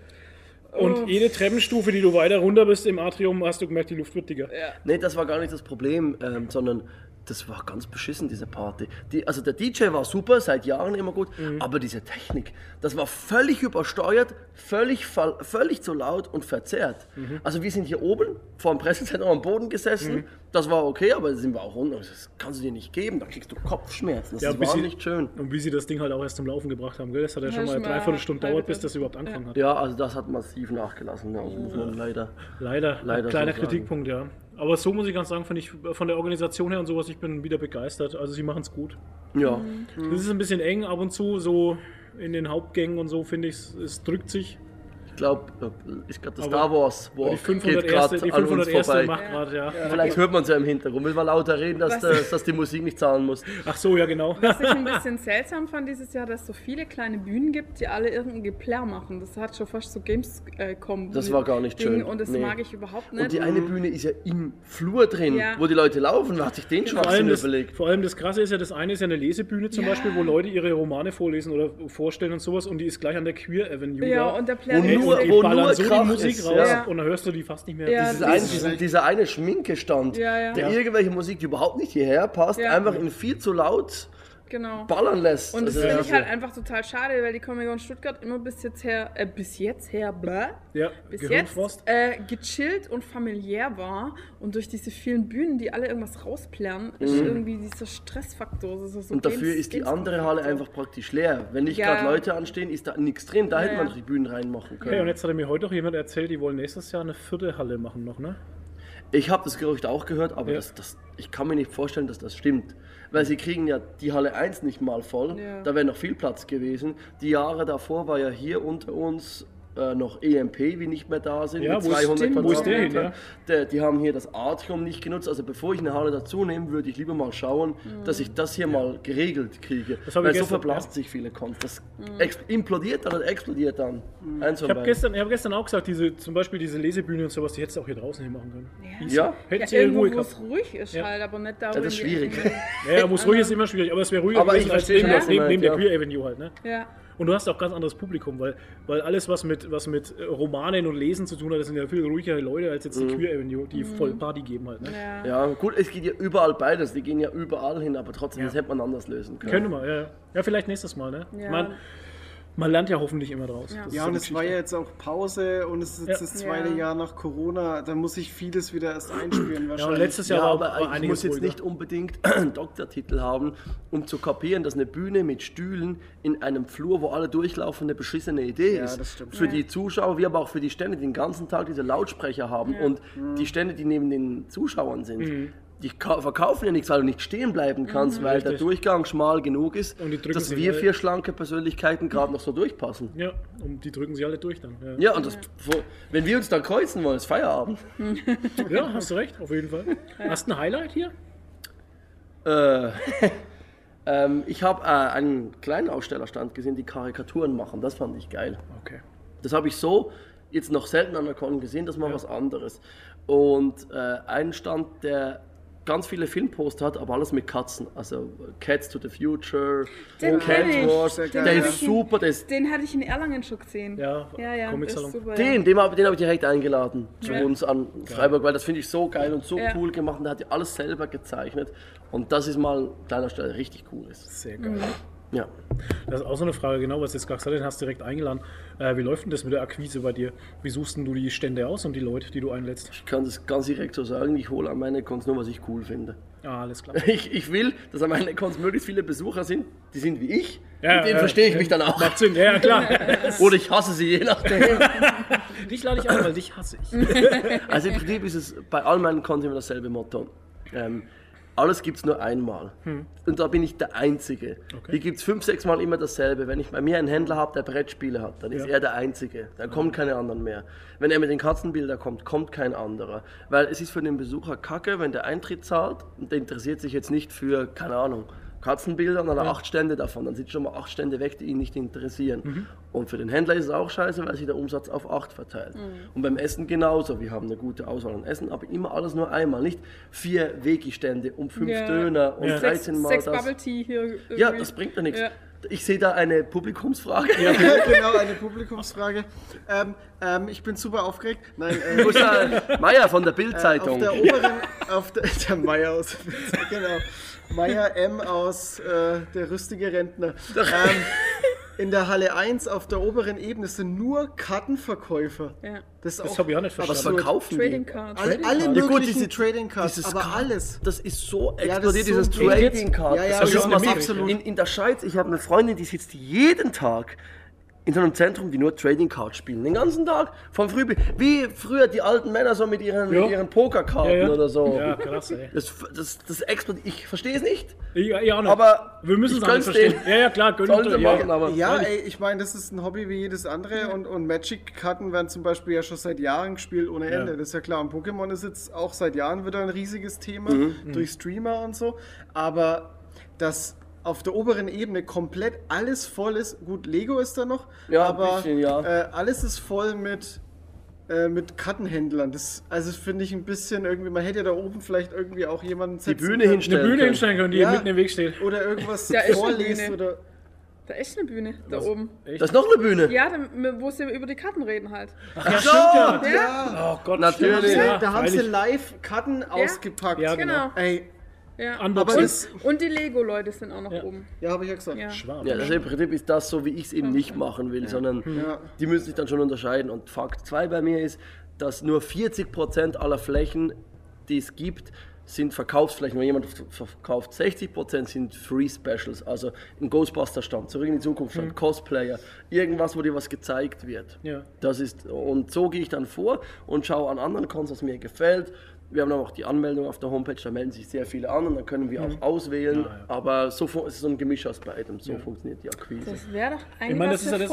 A: Und
B: Oh.
A: jede Treppenstufe, die du weiter runter bist im Atrium, hast du gemerkt, die Luft wird dicker.
B: nee, das war gar nicht das Problem, ähm, sondern das war ganz beschissen, diese Party. Die, also der DJ war super, seit Jahren immer gut, aber diese Technik, das war völlig übersteuert, völlig, fall- völlig zu laut und verzerrt. Also wir sind hier oben vor dem Pressezentrum am Boden gesessen, das war okay, aber sind wir auch unten. Also Das kannst du dir nicht geben, da kriegst du Kopfschmerzen. Das
A: Ja, ein
B: war
A: bisschen-
B: nicht schön.
A: Und wie sie das Ding halt auch erst zum Laufen gebracht haben, gell? Das hat ja schon
C: Ja,
A: mal
C: schon mal
A: dreiviertel Stunde
C: halbe
A: dauert, bis
C: Stunde.
A: das überhaupt angefangen hat.
B: Ja, also das hat massiv nachgelassen, ja, muss man leider.
A: Leider,
B: Leider
A: kleiner
B: so sagen.
A: Kritikpunkt, ja. Aber so muss ich ganz sagen, finde ich von der Organisation her und sowas, ich bin wieder begeistert. Also sie machen es gut.
B: Ja.
C: Mhm.
B: Hm.
A: Es ist ein bisschen eng ab und zu, so in den Hauptgängen und so, finde ich, es drückt sich.
B: Ich glaube, ist gerade das
A: Aber-
B: Star Wars
A: Aber
B: Walk
A: die
B: geht gerade
A: 501. Die
B: an uns
A: 501.
B: vorbei.
A: macht gerade, ja.
B: Vielleicht hört man es ja im Hintergrund. Müssen wir lauter reden, dass,
C: Was-
B: das- dass die Musik nicht zahlen muss.
A: Ach so, ja, (laughs) genau.
C: Was ich ein bisschen seltsam fand dieses Jahr, dass es so viele kleine Bühnen gibt, die alle irgendein Geplärr machen. Das hat schon fast so Gamescom.
B: Das war gar nicht
C: Ding
B: schön.
C: Und das
B: Nee.
C: mag ich überhaupt nicht.
B: Und die eine Bühne ist ja im Flur drin,
C: Ja. Genau.
B: wo die Leute laufen. Wer hat sich den
A: Vor allem,
B: Schwachsinn
A: das,
B: überlegt?
A: vor allem das Krasse ist ja, das eine ist ja eine Lesebühne zum
C: Ja.
A: Beispiel, wo Leute ihre Romane vorlesen oder vorstellen und sowas und die ist gleich an der Queer Avenue.
C: ja,
A: da.
C: und der
B: Und
C: Plärr
A: Ey,
B: nur-
A: und die
B: wo
A: ballern so die
B: Krach
A: Musik
B: ist,
A: raus
C: ja.
A: und dann hörst du die fast nicht mehr.
C: Ja,
B: Dieses
C: das
B: eine,
C: ist
B: diesen, dieser eine Schminkestand,
C: Ja, ja.
B: der
A: Ja.
B: irgendwelche Musik, die überhaupt nicht hierher passt,
C: Ja.
B: einfach in viel zu laut
C: genau.
B: ballern lässt.
C: Und das
B: Also,
C: finde ich halt einfach total schade, weil die Comic-Con Stuttgart immer bis jetzt her, äh, bis jetzt her, bläh,
A: ja
C: bis
A: Gehirnfrost.
C: jetzt äh, gechillt und familiär war. Und durch diese vielen Bühnen, die alle irgendwas rausplärren, ist irgendwie dieser Stressfaktor. Das ist so
B: Mhm. Und dafür
C: Games-
B: ist die
C: Gamescom-
B: andere Halle einfach praktisch leer. Wenn nicht
C: Ja.
B: gerade Leute anstehen, ist da nichts drin. Da hätte
C: Ja,
B: man
C: ja.
B: die Bühnen reinmachen können.
A: Hey, und jetzt hat mir heute noch jemand erzählt, die wollen nächstes Jahr eine vierte Halle machen noch, ne?
B: Ich habe das Gerücht auch gehört, aber
A: Ja.
B: das, das, ich kann mir nicht vorstellen, dass das stimmt. Weil sie kriegen ja die Halle 1 nicht mal voll.
C: Ja.
B: Da wäre noch viel Platz gewesen. Die Jahre davor war ja hier unter uns äh, noch EMP, wie nicht mehr da sind,
A: Ja,
B: mit
A: wo ist-
B: 200
C: stimmt, wo ist der hin,
B: Quadratmetern. Der- Die haben hier das Atrium nicht genutzt. Also bevor ich eine Halle dazu nehme, würde ich lieber mal schauen, dass ich das hier mal geregelt kriege.
A: Das hab ich
B: Weil so
A: gestern-
B: verblasst sich viele Cons. Das ex- implodiert dann und explodiert dann. Eins
A: Ich
B: von
A: habe
B: beiden.
A: gestern, ich hab gestern auch gesagt, diese, zum Beispiel diese Lesebühne und sowas, die hättest du auch hier draußen hin machen können.
B: Ja,
A: Hätten sie
C: ja,
A: ihre
C: irgendwo,
A: Ruhe
C: wo es
A: gehabt.
C: ruhig ist
A: Ja.
C: halt, aber nicht da, wo
B: das ist
C: in die (laughs)
B: schwierig.
C: Ecken-
A: Ja, wo es
C: Genau.
A: ruhig ist, immer schwierig, aber es wäre ruhiger
B: Aber
A: gewesen
B: ich
A: als
B: verstehe
A: neben,
B: schon,
A: der,
B: was du
A: neben, neben
B: meinst,
A: der
B: ja.
A: Queer Avenue halt, ne?
C: Ja.
A: Und du hast auch ganz anderes Publikum, weil, weil alles, was mit, was mit äh, Romanen und Lesen zu tun hat, das sind ja viel ruhigere Leute als jetzt
B: Mhm.
A: die Queer Avenue, die voll Party geben halt. Ne?
C: Mhm.
B: Ja,
C: Ja.
B: gut, es geht ja überall beides, die gehen ja überall hin, aber trotzdem,
A: Ja.
B: das hätte man anders lösen können.
A: Könnte man, ja, ja. Ja, vielleicht nächstes Mal, ne?
C: Ja.
A: Man, man lernt ja hoffentlich immer draus.
C: Ja.
A: Das ist
D: Ja,
A: so
D: und
A: eine
D: es war
A: Geschichte.
D: ja jetzt auch Pause und es ist
A: Ja.
D: jetzt das zweite
C: Ja.
D: Jahr nach Corona. Da muss ich vieles wieder erst einspielen
A: Ja, und
D: wahrscheinlich.
A: letztes
B: Ja,
A: Jahr war,
B: aber
A: war
B: ich muss
A: einiges
B: jetzt
A: ruhiger.
B: nicht unbedingt (clears throat) einen Doktortitel haben, um zu kapieren, dass eine Bühne mit Stühlen in einem Flur, wo alle durchlaufen, eine beschissene Idee
D: Ja,
B: ist.
D: das stimmt.
B: Für die Zuschauer, wie aber auch für die Stände, die den ganzen Tag diese Lautsprecher haben und die Stände, die neben den Zuschauern sind.
A: Mhm.
B: Die ka- verkaufen ja nichts, weil du nicht stehen bleiben kannst, weil der
A: Richtig.
B: Durchgang schmal genug ist,
A: Und die drücken
B: dass
A: sich
B: wir
A: alle.
B: vier schlanke Persönlichkeiten gerade noch so durchpassen.
A: Ja, und die drücken sie alle durch dann. Ja,
B: Ja, und das, wo- wenn wir uns da kreuzen wollen, ist Feierabend.
A: ja hast du recht, auf jeden
C: (laughs)
A: Fall. Hast du ein Highlight hier?
B: Äh, ähm, ich habe äh, einen kleinen Ausstellerstand gesehen, die Karikaturen machen. Das fand ich geil.
A: Okay.
B: Das habe ich so jetzt noch selten an der Con gesehen, das ist mal was anderes. Und äh, einen Stand, der ganz viele Filmposter hat, aber alles mit Katzen. Also Cats to the Future,
C: Den
B: Oh, Cat
C: kenn ich.
B: Wars.
D: Sehr
B: Der
D: geil,
B: ist
C: ja.
B: super. Der ist,
C: Den hatte ich in Erlangen schon gesehen.
A: Ja,
C: ja, ja
A: Comic-Salon.
C: ist super.
B: den den habe den hab ich direkt eingeladen zu
C: Ja.
B: uns an Freiburg, weil das finde ich so geil und so
C: Ja.
B: cool gemacht. Und der hat ja alles selber gezeichnet. Und das ist mal ein kleiner Stand, der richtig cool ist.
A: Sehr geil.
C: Mhm.
B: Ja.
A: Das ist auch so eine Frage, genau, was du jetzt gerade gesagt hast, hast du direkt eingeladen. Äh, wie läuft denn das mit der Akquise bei dir? Wie suchst denn du die Stände aus und die Leute, die du einlädst?
B: Ich kann das ganz direkt so sagen, ich hole an meine Cons nur, was ich cool finde. (laughs)
A: Ah, alles klar.
B: Ich, ich will, dass an meine Cons möglichst viele Besucher sind, die sind wie ich.
A: Ja,
B: Mit denen
A: ja, äh,
B: verstehe ich mich dann auch.
A: Macht Sinn, ja, ja
C: (laughs)
A: klar.
B: Oder ich hasse sie, je
A: (laughs)
B: nachdem.
A: dich lade ich ein, weil (laughs) dich hasse ich.
B: Also im Prinzip ist es bei all meinen Cons immer dasselbe Motto. Ähm, Alles gibt es nur einmal. Und da bin ich der Einzige.
A: Hm. Okay.
B: Hier gibt es fünf, sechs Mal immer dasselbe. Wenn ich bei mir einen Händler habe, der Brettspiele hat, dann ist
A: Ja.
B: er der Einzige. Dann kommen keine anderen mehr. Wenn er mit den Katzenbildern kommt, kommt kein anderer. Weil es ist für den Besucher kacke, wenn der Eintritt zahlt und der interessiert sich jetzt nicht für, keine Ahnung, Katzenbilder und dann hat er acht Stände davon. Dann sind schon mal acht Stände weg, die ihn nicht interessieren.
D: Mhm.
B: Und für den Händler ist es auch scheiße, weil sich der Umsatz auf acht verteilt.
C: Mhm.
B: Und beim Essen genauso. Wir haben eine gute Auswahl an Essen, aber immer alles nur einmal. Nicht vier Veggie-Stände um fünf
C: Ja.
B: Döner und
A: Ja.
C: Sechs,
B: 13 Mal
C: sechs
B: das.
C: Bubble Tea hier. Irgendwie.
B: Ja, das bringt ja nichts.
C: Ja.
B: Ich sehe da eine Publikumsfrage. (laughs)
D: (laughs) genau, eine Publikumsfrage. Ähm, ähm, ich bin super aufgeregt. Nein,
B: (laughs)
D: äh,
B: Muss ja- Meier von der
D: auf
B: Bild-Zeitung.
D: der oberen, auf der, (laughs) der Meier aus, genau, Meier M aus, äh, der rüstige Rentner. Ähm, in der Halle 1 auf der oberen Ebene sind nur Kartenverkäufer.
C: Ja.
D: Das, ist
A: Das
D: auch-
A: habe ich auch nicht
B: Oh. Was
A: verstanden.
B: verkaufen
C: Trading
B: die?
C: Cards.
D: Alle, alle
B: Ja,
D: möglichen
B: gut, diese-
D: Trading Cards,
B: Dieses
D: aber
B: Card-
D: alles.
B: Das ist so
D: Ja,
B: explodiert,
D: das ist
B: dieses
D: so-
B: Trading Card.
D: Ja, ja,
B: das
A: ja,
B: ist massiv.
A: absolut.
B: In, in der Schweiz, ich habe eine Freundin, die sitzt jeden Tag in so einem Zentrum, die nur Trading Cards spielen. Den ganzen Tag, von früh bis... Wie früher die alten Männer so mit ihren,
A: Ja.
B: mit ihren Pokerkarten
A: Ja, ja.
B: oder so.
A: Ja, krass, ey.
B: Das, das, das explodiert. Ich verstehe es nicht.
A: (laughs) Ja, ja, auch nicht.
B: Aber
A: wir
B: ich
A: müssen es alle
B: gönn's
A: verstehen.
B: denen.
A: Ja, ja, klar, gönnen
B: Sollen
A: wir-
B: sie
A: ja,
B: machen, aber...
D: Ja, ey, ich meine, das ist ein Hobby wie jedes andere und, und Magic-Karten werden zum Beispiel ja schon seit Jahren gespielt ohne Ende. Das ist ja klar. Und Pokémon ist jetzt auch seit Jahren wieder ein riesiges Thema
B: Mhm.
A: Mhm.
D: durch Streamer und so. Aber dass auf der oberen Ebene komplett alles voll ist. Gut, Lego ist da noch,
B: Ja, ein
D: aber
B: bisschen, ja.
D: äh, alles ist voll mit, äh, mit Kartenhändlern. Das also finde ich ein bisschen irgendwie, man hätte ja da oben vielleicht irgendwie auch jemanden
B: die
D: setzen
B: Bühne
D: können.
A: Eine
B: hinstellen
A: Bühne
B: können.
A: hinstellen können, die
D: Ja.
A: mitten im Weg steht.
D: oder irgendwas
C: Da ist eine
D: vorlesen
C: Bühne.
D: oder
C: Da ist eine Bühne da oben.
B: Da ist noch eine Bühne.
C: Ja, da, wo sie über die Karten reden halt.
A: Ach, ja,
B: so.
A: stimmt ja.
D: ja.
A: Oh Gott,
B: Natürlich.
A: stimmt,
D: Ja,
A: ja,
D: da haben sie
A: freilich.
D: live Karten ausgepackt.
A: Ja, genau.
C: Genau.
D: Ey,
C: Ja.
A: Unboxing.
D: Aber das-
C: und, und die Lego-Leute sind auch noch oben.
D: ja, habe ich ja gesagt.
C: Ja.
A: Schwarm.
B: Ja, das ist im Prinzip ist das so, wie ich es eben nicht machen will, sondern die müssen sich dann schon unterscheiden. Und Fakt 2 bei mir ist, dass nur 40% aller Flächen, die es gibt, sind Verkaufsflächen. Wenn jemand v- verkauft, 60% sind Free Specials, also ein Ghostbuster-Stand, zurück in die Zukunft, stand Cosplayer, irgendwas, wo dir was gezeigt wird.
A: Ja.
B: Das ist, und so gehe ich dann vor und schaue an anderen Cons, was mir gefällt. Wir haben dann auch die Anmeldung auf der Homepage, da melden sich sehr viele an und dann können wir
A: Mhm.
B: auch auswählen. Aber so fu- es ist so ein Gemisch aus beidem, so funktioniert die Akquise.
C: Das wäre doch eigentlich
A: Ich meine, das
C: was
A: ist ja
C: für
A: das,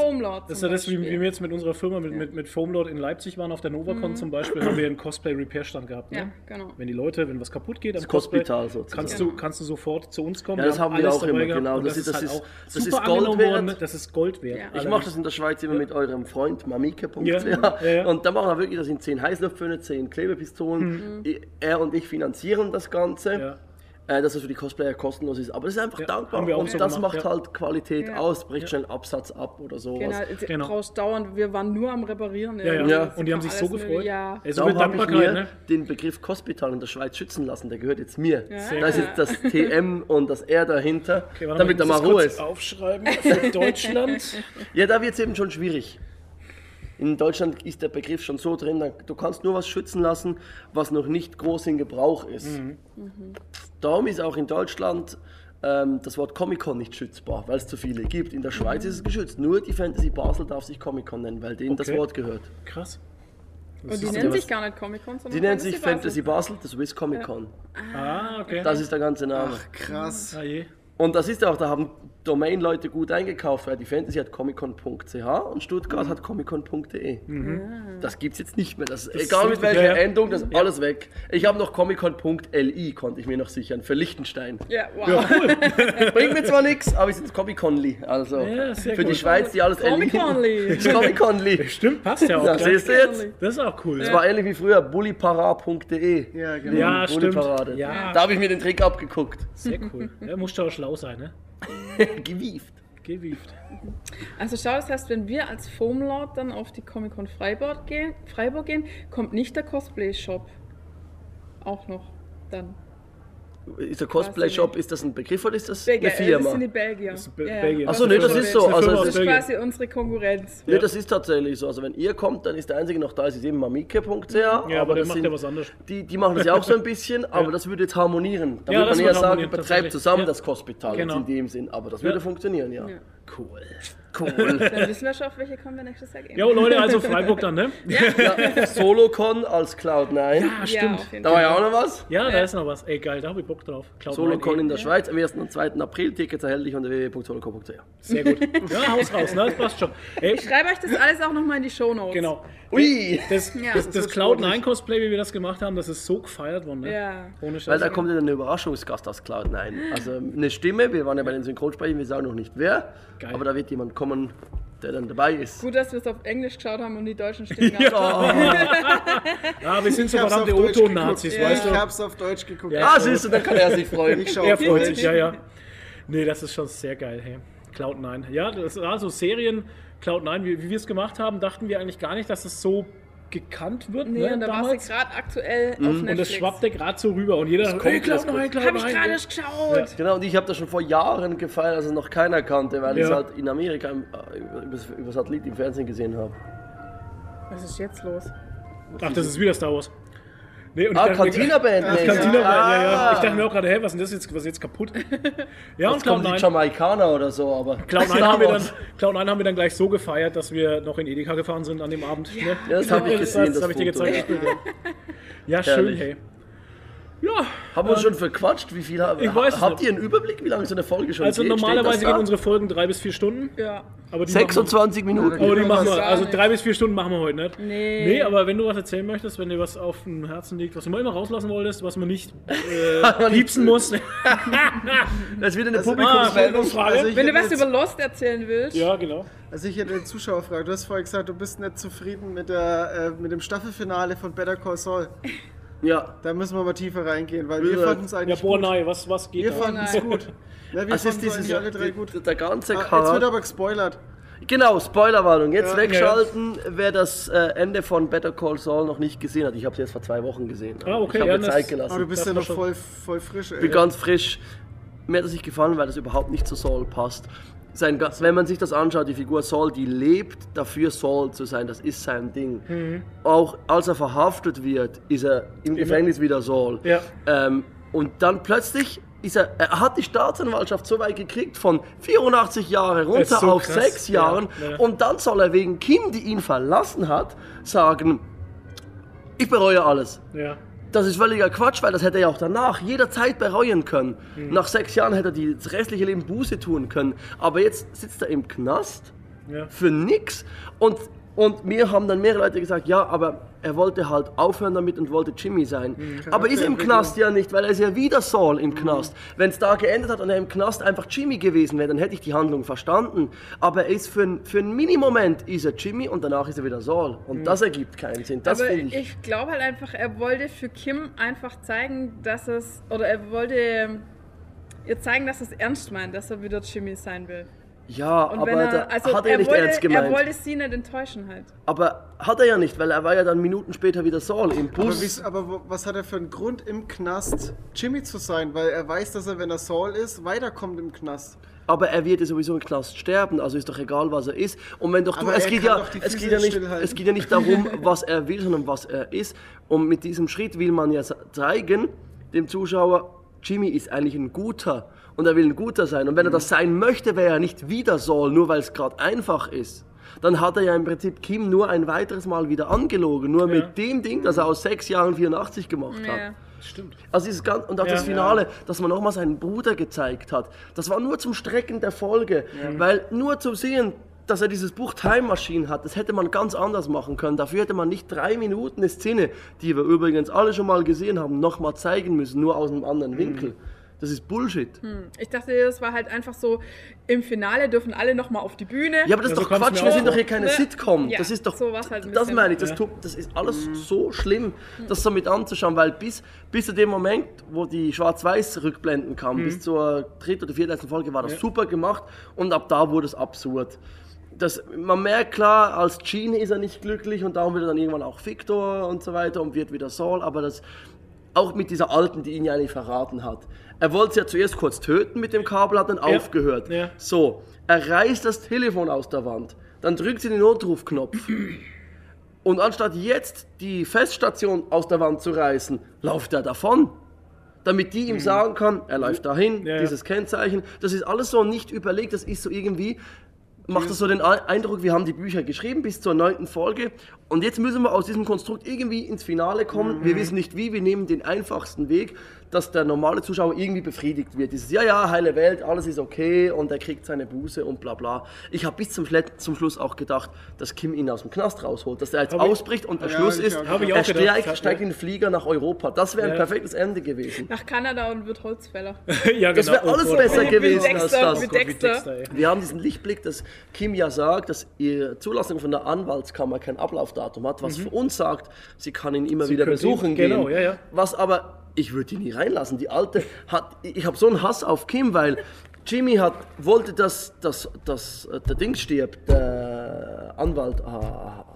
A: das,
C: Foamlord.
A: ist ja
C: zum
A: das wie, wie
C: Beispiel. Mhm.
A: wir jetzt mit unserer Firma, mit, mit, mit Foamlord in Leipzig waren, auf der NovaCon zum Beispiel, haben wir einen Cosplay-Repair-Stand gehabt. Ne?
C: Ja, genau.
A: Wenn die Leute, wenn was kaputt geht, am
B: Hospital sozusagen.
A: kannst, du, kannst du sofort zu uns kommen.
B: Ja, das haben wir
A: alles
B: auch
A: dabei
B: immer,
A: gehabt
B: genau.
A: und halt
B: Das ist- das ist- das ist
A: super
B: Gold
A: angenommen worden.
B: wert.
A: Das ist Gold wert.
C: Ja.
A: Alle
B: Ich mache das in der Schweiz immer mit eurem Freund mamike.ch
A: Ja, ja, ja.
B: und da machen wir wirklich, das sind 10 Heißluftföhne, 10 Klebepistolen. Ich- Er und ich finanzieren das Ganze,
A: Mhm. Ja.
B: äh, dass es für die Cosplayer kostenlos ist. Aber das ist einfach
A: Ja,
B: dankbar
A: haben wir auch
B: und
A: so
B: das
A: gemacht,
B: macht
A: ja.
B: halt Qualität
C: Ja.
B: aus, bricht schnell Absatz ab oder sowas.
C: Genau, du
A: Genau.
C: brauchst dauernd, wir waren nur am Reparieren.
A: Ja, ja.
B: Ja.
A: Und die haben sich so
C: Alles
A: gefreut.
C: mögliche, Ja.
A: Ey, so mit
B: Darum habe ich
A: Dankbarkeit,
B: mir
A: ne?
B: den Begriff Hospital in der Schweiz schützen lassen, der gehört jetzt mir.
C: Sehr
B: Da ist
C: gut.
B: jetzt das TM und das R dahinter,
A: Okay, warte
B: damit da
A: ich
B: mal
A: muss das
B: Ruhe
A: kurz
B: ist.
A: Aufschreiben
C: (laughs)
A: für Deutschland.
B: Ja, da wird es eben schon schwierig. In Deutschland ist der Begriff schon so drin, da- du kannst nur was schützen lassen, was noch nicht groß in Gebrauch ist.
A: Mhm.
B: Mhm. Darum ist auch in Deutschland ähm, das Wort Comic-Con nicht schützbar, weil es zu viele gibt. In der Schweiz
A: Mhm.
B: ist es geschützt. Nur die Fantasy Basel darf sich Comic-Con nennen, weil denen das
A: Okay.
B: Wort gehört.
A: Krass.
C: Und die nennen sich gar nicht Comic-Con, sondern
B: Die nennen sich Fantasy
C: Basel.
B: Basel, das Swiss Comic-Con.
A: Ah, okay.
B: Das ist der ganze Name.
D: Krass.
A: ah, je.
B: Und das ist auch, da haben Domain-Leute gut eingekauft, weil die Fantasy hat comiccon.ch und Stuttgart
A: Mhm.
B: hat comiccon.de. e. Das gibt's jetzt nicht mehr. Das, egal mit
A: richtig,
B: welcher
A: ja, ja.
B: Endung, das ist alles weg. Ich habe noch comiccon.li, konnte ich mir noch sichern, für Liechtenstein.
C: Ja, wow.
B: Bringt mir zwar nichts, aber es ist Comic-Conli. Also
A: Ja, sehr
B: für
A: gut.
B: die Schweiz, die alles
C: Comic-Conli.
B: Ist
A: (laughs)
B: Comic-Conli.
A: Stimmt, passt ja auch.
B: Das
A: gleich.
B: siehst du jetzt.
A: das ist auch cool.
B: Das war ähnlich wie früher, bullipara.de.
D: Ja, genau.
A: Ja,
B: Bulli
A: stimmt.
B: Parade.
A: Ja,
B: e. Da habe ich mir den Trick abgeguckt.
A: sehr cool. Ja, musst du auch schlau sein, ne?
B: Gewieft.
A: Gewieft.
C: Also schau, das heißt, wenn wir als Foamlord dann auf die Comic-Con Freiburg gehen, Freiburg gehen, kommt nicht der Cosplay-Shop auch noch dann.
B: Ist der Cosplay-Shop, ist das ein Begriff oder ist das
C: Belgier,
B: eine Firma?
C: äh, Das sind die Belgier.
A: Das ist Be- Belgier.
B: Ach so, nee, das ist so,
A: eine
B: also
A: Firma
C: ne, Das
A: aus
B: es
C: ist
A: Belgien.
C: quasi unsere Konkurrenz.
B: Ne, das ist tatsächlich so. Also wenn ihr kommt, dann ist der einzige noch da, es ist eben mamike.ch.
A: Ja, aber der
B: das
A: macht
B: sind-
A: ja was anderes.
B: Die, die machen das ja auch
A: (laughs)
B: so ein bisschen, aber das würde jetzt harmonieren. Da
A: Ja,
B: würde
A: das
B: man
A: würde
B: eher sagen,
A: harmonieren,
B: betreibt
A: tatsächlich.
B: zusammen
A: Ja.
B: das Hospital jetzt
A: Genau.
B: in dem Sinn. Aber das würde funktionieren, ja.
C: Ja.
A: Cool.
B: Cool.
C: Dann wissen wir schon, auf welche kommen wir nächstes Jahr gehen.
A: Jo,
C: (laughs)
A: Leute, also Freiburg dann, ne? Ja, (laughs)
B: ja, Solocon als Cloud9.
A: stimmt.
C: auf jeden
B: Da war
C: Fall.
B: ja auch
A: genau.
B: noch was.
A: da ist noch was. Ey, geil, da hab ich Bock drauf. Cloud
B: Solocon
A: 9,
B: in der Schweiz am 1. und 2. April. Tickets erhältlich unter www.solocon.ch.
A: ey. Sehr gut. Ja, Haus raus, ne? Das passt schon. Ey,
C: Ich schreibe euch das alles auch nochmal in die Shownotes.
A: genau.
B: Ui!
A: Das,
C: Ja.
A: das,
C: Das
A: das
D: ist
A: Cloud9-Cosplay, wie wir das gemacht haben, das ist so gefeiert worden, ne?
C: Ja.
A: Ohne
B: Weil
A: Scheiß.
B: da kommt ja ein Überraschungsgast aus Cloud9. Also eine Stimme, wir waren ja bei den Synchronsprechern, wir sagen noch nicht wer,
A: Geil.
B: aber da wird jemand kommen, der dann dabei ist.
C: Gut, dass wir es auf Englisch geschaut haben und die
A: (laughs)
C: deutschen Stimmen gar nicht.
B: Oh,
A: Ah, wir sind so
D: Ich hab's
A: verdammte
D: auf Deutsch
A: Otto-Nazis,
D: geguckt.
A: weißt du?
D: Ich hab's auf Deutsch geguckt.
A: Ja. also,
B: ah, siehst du, dann kann er sich freuen.
D: Ich schau
A: Er
D: auf
A: freut
D: Deutsch.
A: sich, ja, ja. (laughs) Nee, das ist schon sehr geil, hey. Cloud9. Ja, das war so Serien, Cloud9, wie, wie wir es gemacht haben, dachten wir eigentlich gar nicht, dass es so gekannt wird.
C: Nee,
A: ne,
C: und da war
A: damals. Mhm.
C: es gerade aktuell auf Netflix.
A: Und das schwappte gerade so rüber. Und jeder,
B: kommt,
A: hey,
B: das
A: Cloud9, Cloud9.
C: Habe ich gerade erst
B: (laughs)
C: geschaut.
B: Genau, und ich habe das schon vor Jahren gefeiert, als es noch keiner kannte, weil ich es
A: Ja.
B: halt in Amerika im, äh, über, über Satellit im Fernsehen gesehen habe.
C: Was ist jetzt los?
A: Ach, das ist wieder Star Wars. Nee, und ich
B: Ah,
A: dachte mir-
B: Cantina-Band.
A: Das
B: Mäßig.
A: (laughs) Cantina ja, ja.
B: Ah.
A: Ich dachte mir auch gerade, hey, was ist denn das jetzt, was ist jetzt
C: (laughs)
A: kaputt? Ja,
B: Jetzt
A: und
B: kommen die
A: Cloud9.
B: Jamaikaner oder so, aber... (laughs)
A: Cloud9
B: Star
A: haben, wir dann,
B: Wars.
A: Cloud9 haben wir dann gleich so gefeiert, dass wir noch in Edeka gefahren sind an dem Abend. ne?
B: Ja, das habe ich
A: Das,
B: gesehen,
A: das, habe ich dir
B: Foto,
A: gezeigt.
B: ja.
A: Ja, schön,
B: Herrlich.
A: hey. Ja,
B: Haben wir uns schon verquatscht? Wie viel haben
A: Ich weiß es
B: Habt
A: nicht.
B: ihr einen Überblick, wie lange so eine Folge schon
A: also
B: geht? Steht das
A: normalerweise
B: da?
A: gehen unsere Folgen drei bis vier Stunden.
C: Ja.
A: Aber die
B: 26 Minuten.
A: Machen wir, aber die machen wir.
C: Gar
A: Also
C: nicht.
A: drei bis vier Stunden machen wir heute nicht.
C: Nee.
A: Nee, aber wenn du was erzählen möchtest, wenn dir was auf dem Herzen liegt, was du mal immer rauslassen wolltest, was man nicht äh, piepsen muss.
B: Das wird eine
D: Also-
A: ah,
B: Publikumsmeldung.
A: Publikumsfrage.
D: Also ich
C: Wenn du
D: hätte
C: was
D: jetzt-
C: über Lost erzählen willst,
A: ja, genau.
D: Also ich hätte den Zuschauer gefragt, du hast vorher gesagt, du bist nicht zufrieden mit, der, äh, mit dem Staffelfinale von Better Call Saul.
B: Ja.
D: Da müssen wir mal tiefer reingehen, weil
B: Ja.
D: wir fanden es
A: Ja,
D: eigentlich
A: boah,
D: gut.
A: nein, was, was geht
D: Wir
A: da?
D: fanden
A: (laughs)
D: es
C: nein.
D: gut. Na,
B: Das
D: wir fanden
B: ist
D: es
B: dieses
D: eigentlich alle drei gut.
B: die- Der ganze
D: Ah, jetzt wird
B: Charakter.
D: aber gespoilert.
B: Genau, Spoilerwarnung. Jetzt
D: Ja.
B: wegschalten, wer das äh, Ende von Better Call Saul noch nicht gesehen hat. Ich habe es jetzt vor zwei Wochen gesehen.
A: Ah, okay,
B: ich habe
A: ja,
B: mir
A: das-
B: Zeit
D: Aber du
B: gelassen.
D: bist
A: darf
D: ja
A: man
D: noch
A: schon.
D: voll, voll frisch,
B: Ich bin
D: ey.
B: ganz frisch. Mir hat das nicht gefallen, weil das überhaupt nicht zu Saul passt. Sein, ga- wenn man sich das anschaut, die Figur Saul, die lebt dafür, Saul zu sein. Das ist sein Ding.
D: Mhm.
B: Auch als er verhaftet wird, ist er im Gefängnis wieder Saul.
A: Ja.
B: Ähm, und dann plötzlich ist er, er hat die Staatsanwaltschaft so weit gekriegt von 84 Jahre
A: ist
B: runter
A: so
B: auf
A: krass.
B: sechs
A: Ja,
B: Jahren.
A: ja.
B: Und dann soll er wegen Kim, die ihn verlassen hat, sagen, ich bereue alles.
A: Ja.
B: Das ist völliger Quatsch, weil das hätte er ja auch danach jederzeit bereuen können.
A: Hm.
B: Nach sechs Jahren hätte er die- das restliche Leben Buße tun können. Aber jetzt sitzt er im Knast
A: Ja. (laughs)
B: für nix. Und, und mir haben dann mehrere Leute gesagt, ja, aber er wollte halt aufhören damit und wollte Jimmy sein.
C: Mhm,
B: Aber ist er im Knast ja nicht, weil er ist ja wieder Saul im Knast. Wenn es da geendet hat und er im Knast einfach Jimmy gewesen wäre, dann hätte ich die Handlung verstanden. Aber er ist für, n- für einen Minimoment ist er Jimmy und danach ist er wieder Saul. Und das ergibt keinen Sinn. Das
C: Mhm. aber
B: finde
C: ich, glaube halt einfach, er wollte für Kim einfach zeigen, dass es, oder er wollte ihr zeigen, dass es ernst meint, dass er wieder Jimmy sein will.
B: Ja,
C: Und
B: aber
C: wenn
B: da
C: er, also
B: hat er, nicht
C: wollte,
B: ernst gemeint.
C: er wollte sie nicht enttäuschen halt.
B: aber hat er ja nicht, weil er war ja dann Minuten später wieder Saul im
D: Aber,
B: Bus.
D: wie's- aber wo- was hat er für einen Grund, im Knast Jimmy zu sein? Weil er weiß, dass er, wenn er Saul ist, weiterkommt im Knast.
B: Aber er wird ja sowieso im Knast sterben, also ist doch egal, was er ist. Und wenn doch du,
D: Aber
B: es
D: er
B: geht, ja,
D: kann doch die
B: es,
D: Füße
B: geht ja nicht,
D: stillhalten.
B: es geht ja nicht
D: (laughs)
B: darum, was er will, sondern was er ist. Und mit diesem Schritt will man ja sa- zeigen, dem Zuschauer, Jimmy ist eigentlich ein Guter und er will ein Guter sein. Und
D: Mhm.
B: wenn er das sein möchte, wäre er nicht wieder Saul, nur weil es gerade einfach ist. Dann hat er ja im Prinzip Kim nur ein weiteres Mal wieder angelogen, nur mit dem Ding, das er aus sechs Jahren 84 gemacht hat.
C: Ja.
A: Stimmt.
B: Also dieses ganz, und auch das
A: Ja.
B: Finale, dass man nochmal seinen Bruder gezeigt hat. Das war nur zum Strecken der Folge, weil nur zu sehen, dass er dieses Buch Time Machine hat, das hätte man ganz anders machen können. Dafür hätte man nicht drei Minuten eine Szene, die wir übrigens alle schon mal gesehen haben, nochmal zeigen müssen, nur aus einem anderen Winkel. Das ist Bullshit.
C: Ich dachte, das war halt einfach so, im Finale dürfen alle nochmal auf die Bühne.
B: Ja, aber das
A: Ja,
B: ist
A: so
B: doch
A: kommt's
B: Quatsch,
A: mir
B: wir
A: auch
B: sind doch
A: vor.
B: hier keine
C: Ne?
B: Sitcom.
C: Ja,
B: das ist doch.
C: so war's halt ein
B: das
C: bisschen. Mhm.
B: meine ich, das,
A: Ja.
B: tut, das ist alles so schlimm, das so mit anzuschauen, weil bis, bis zu dem Moment, wo die Schwarz-Weiß-Rückblenden
A: Mhm.
B: kamen, bis zur dritten oder vierten letzten Folge, war das super gemacht und ab da wurde es absurd. Das, man merkt klar, als Gene ist er nicht glücklich und darum wird er dann irgendwann auch Victor und so weiter und wird wieder Saul, aber das. Auch mit dieser Alten, die ihn ja eigentlich verraten hat. Er wollte sie ja zuerst kurz töten mit dem Kabel, hat dann aufgehört.
A: Ja.
B: So, er reißt das Telefon aus der Wand, dann drückt sie den Notrufknopf. Und anstatt jetzt die Feststation aus der Wand zu reißen, läuft er davon. damit die ihm sagen kann, er läuft dahin,
A: Mhm. Ja, ja.
B: dieses Kennzeichen. Das ist alles so nicht überlegt, das ist so irgendwie, macht das so den Ei- Eindruck, wir haben die Bücher geschrieben bis zur neunten Folge und jetzt müssen wir aus diesem Konstrukt irgendwie ins Finale kommen.
A: Mhm.
B: Wir wissen nicht wie, wir nehmen den einfachsten Weg, dass der normale Zuschauer irgendwie befriedigt wird. Dieses, ja, ja, heile Welt, alles ist okay und er kriegt seine Buße und bla bla. Ich habe bis zum, Schlet- zum Schluss auch gedacht, dass Kim ihn aus dem Knast rausholt, dass er jetzt
A: Hab ich-
B: ausbricht und der
D: Ja,
B: Schluss
D: hab ich
B: ist,
D: auch
A: Hab ich
B: er
A: auch gedacht,
B: steigt,
A: hat-
B: steigt in den Flieger nach Europa. Das wäre ein
A: Ja.
B: perfektes Ende gewesen.
C: Nach Kanada und wird Holzfäller.
A: ja, genau.
B: Das wäre
A: Oh
B: alles
A: Gott,
B: besser
A: oh
B: gewesen
C: Dexter,
B: als das.
C: mit
A: Gott, wie
C: Dexter.
A: Dexter, ey.
B: Wir haben diesen Lichtblick, dass Kim ja sagt, dass ihre Zulassung von der Anwaltskammer kein Ablaufdatum hat, was für uns sagt, sie kann ihn immer wieder
A: könnte Mhm. ihn-
B: besuchen gehen.
A: genau, ja, ja.
B: Was aber, ich würde die nie reinlassen. Die alte hat, ich habe so einen Hass auf Kim, weil Jimmy hat, wollte, dass, dass, dass äh, der Ding stirbt, der Anwalt äh,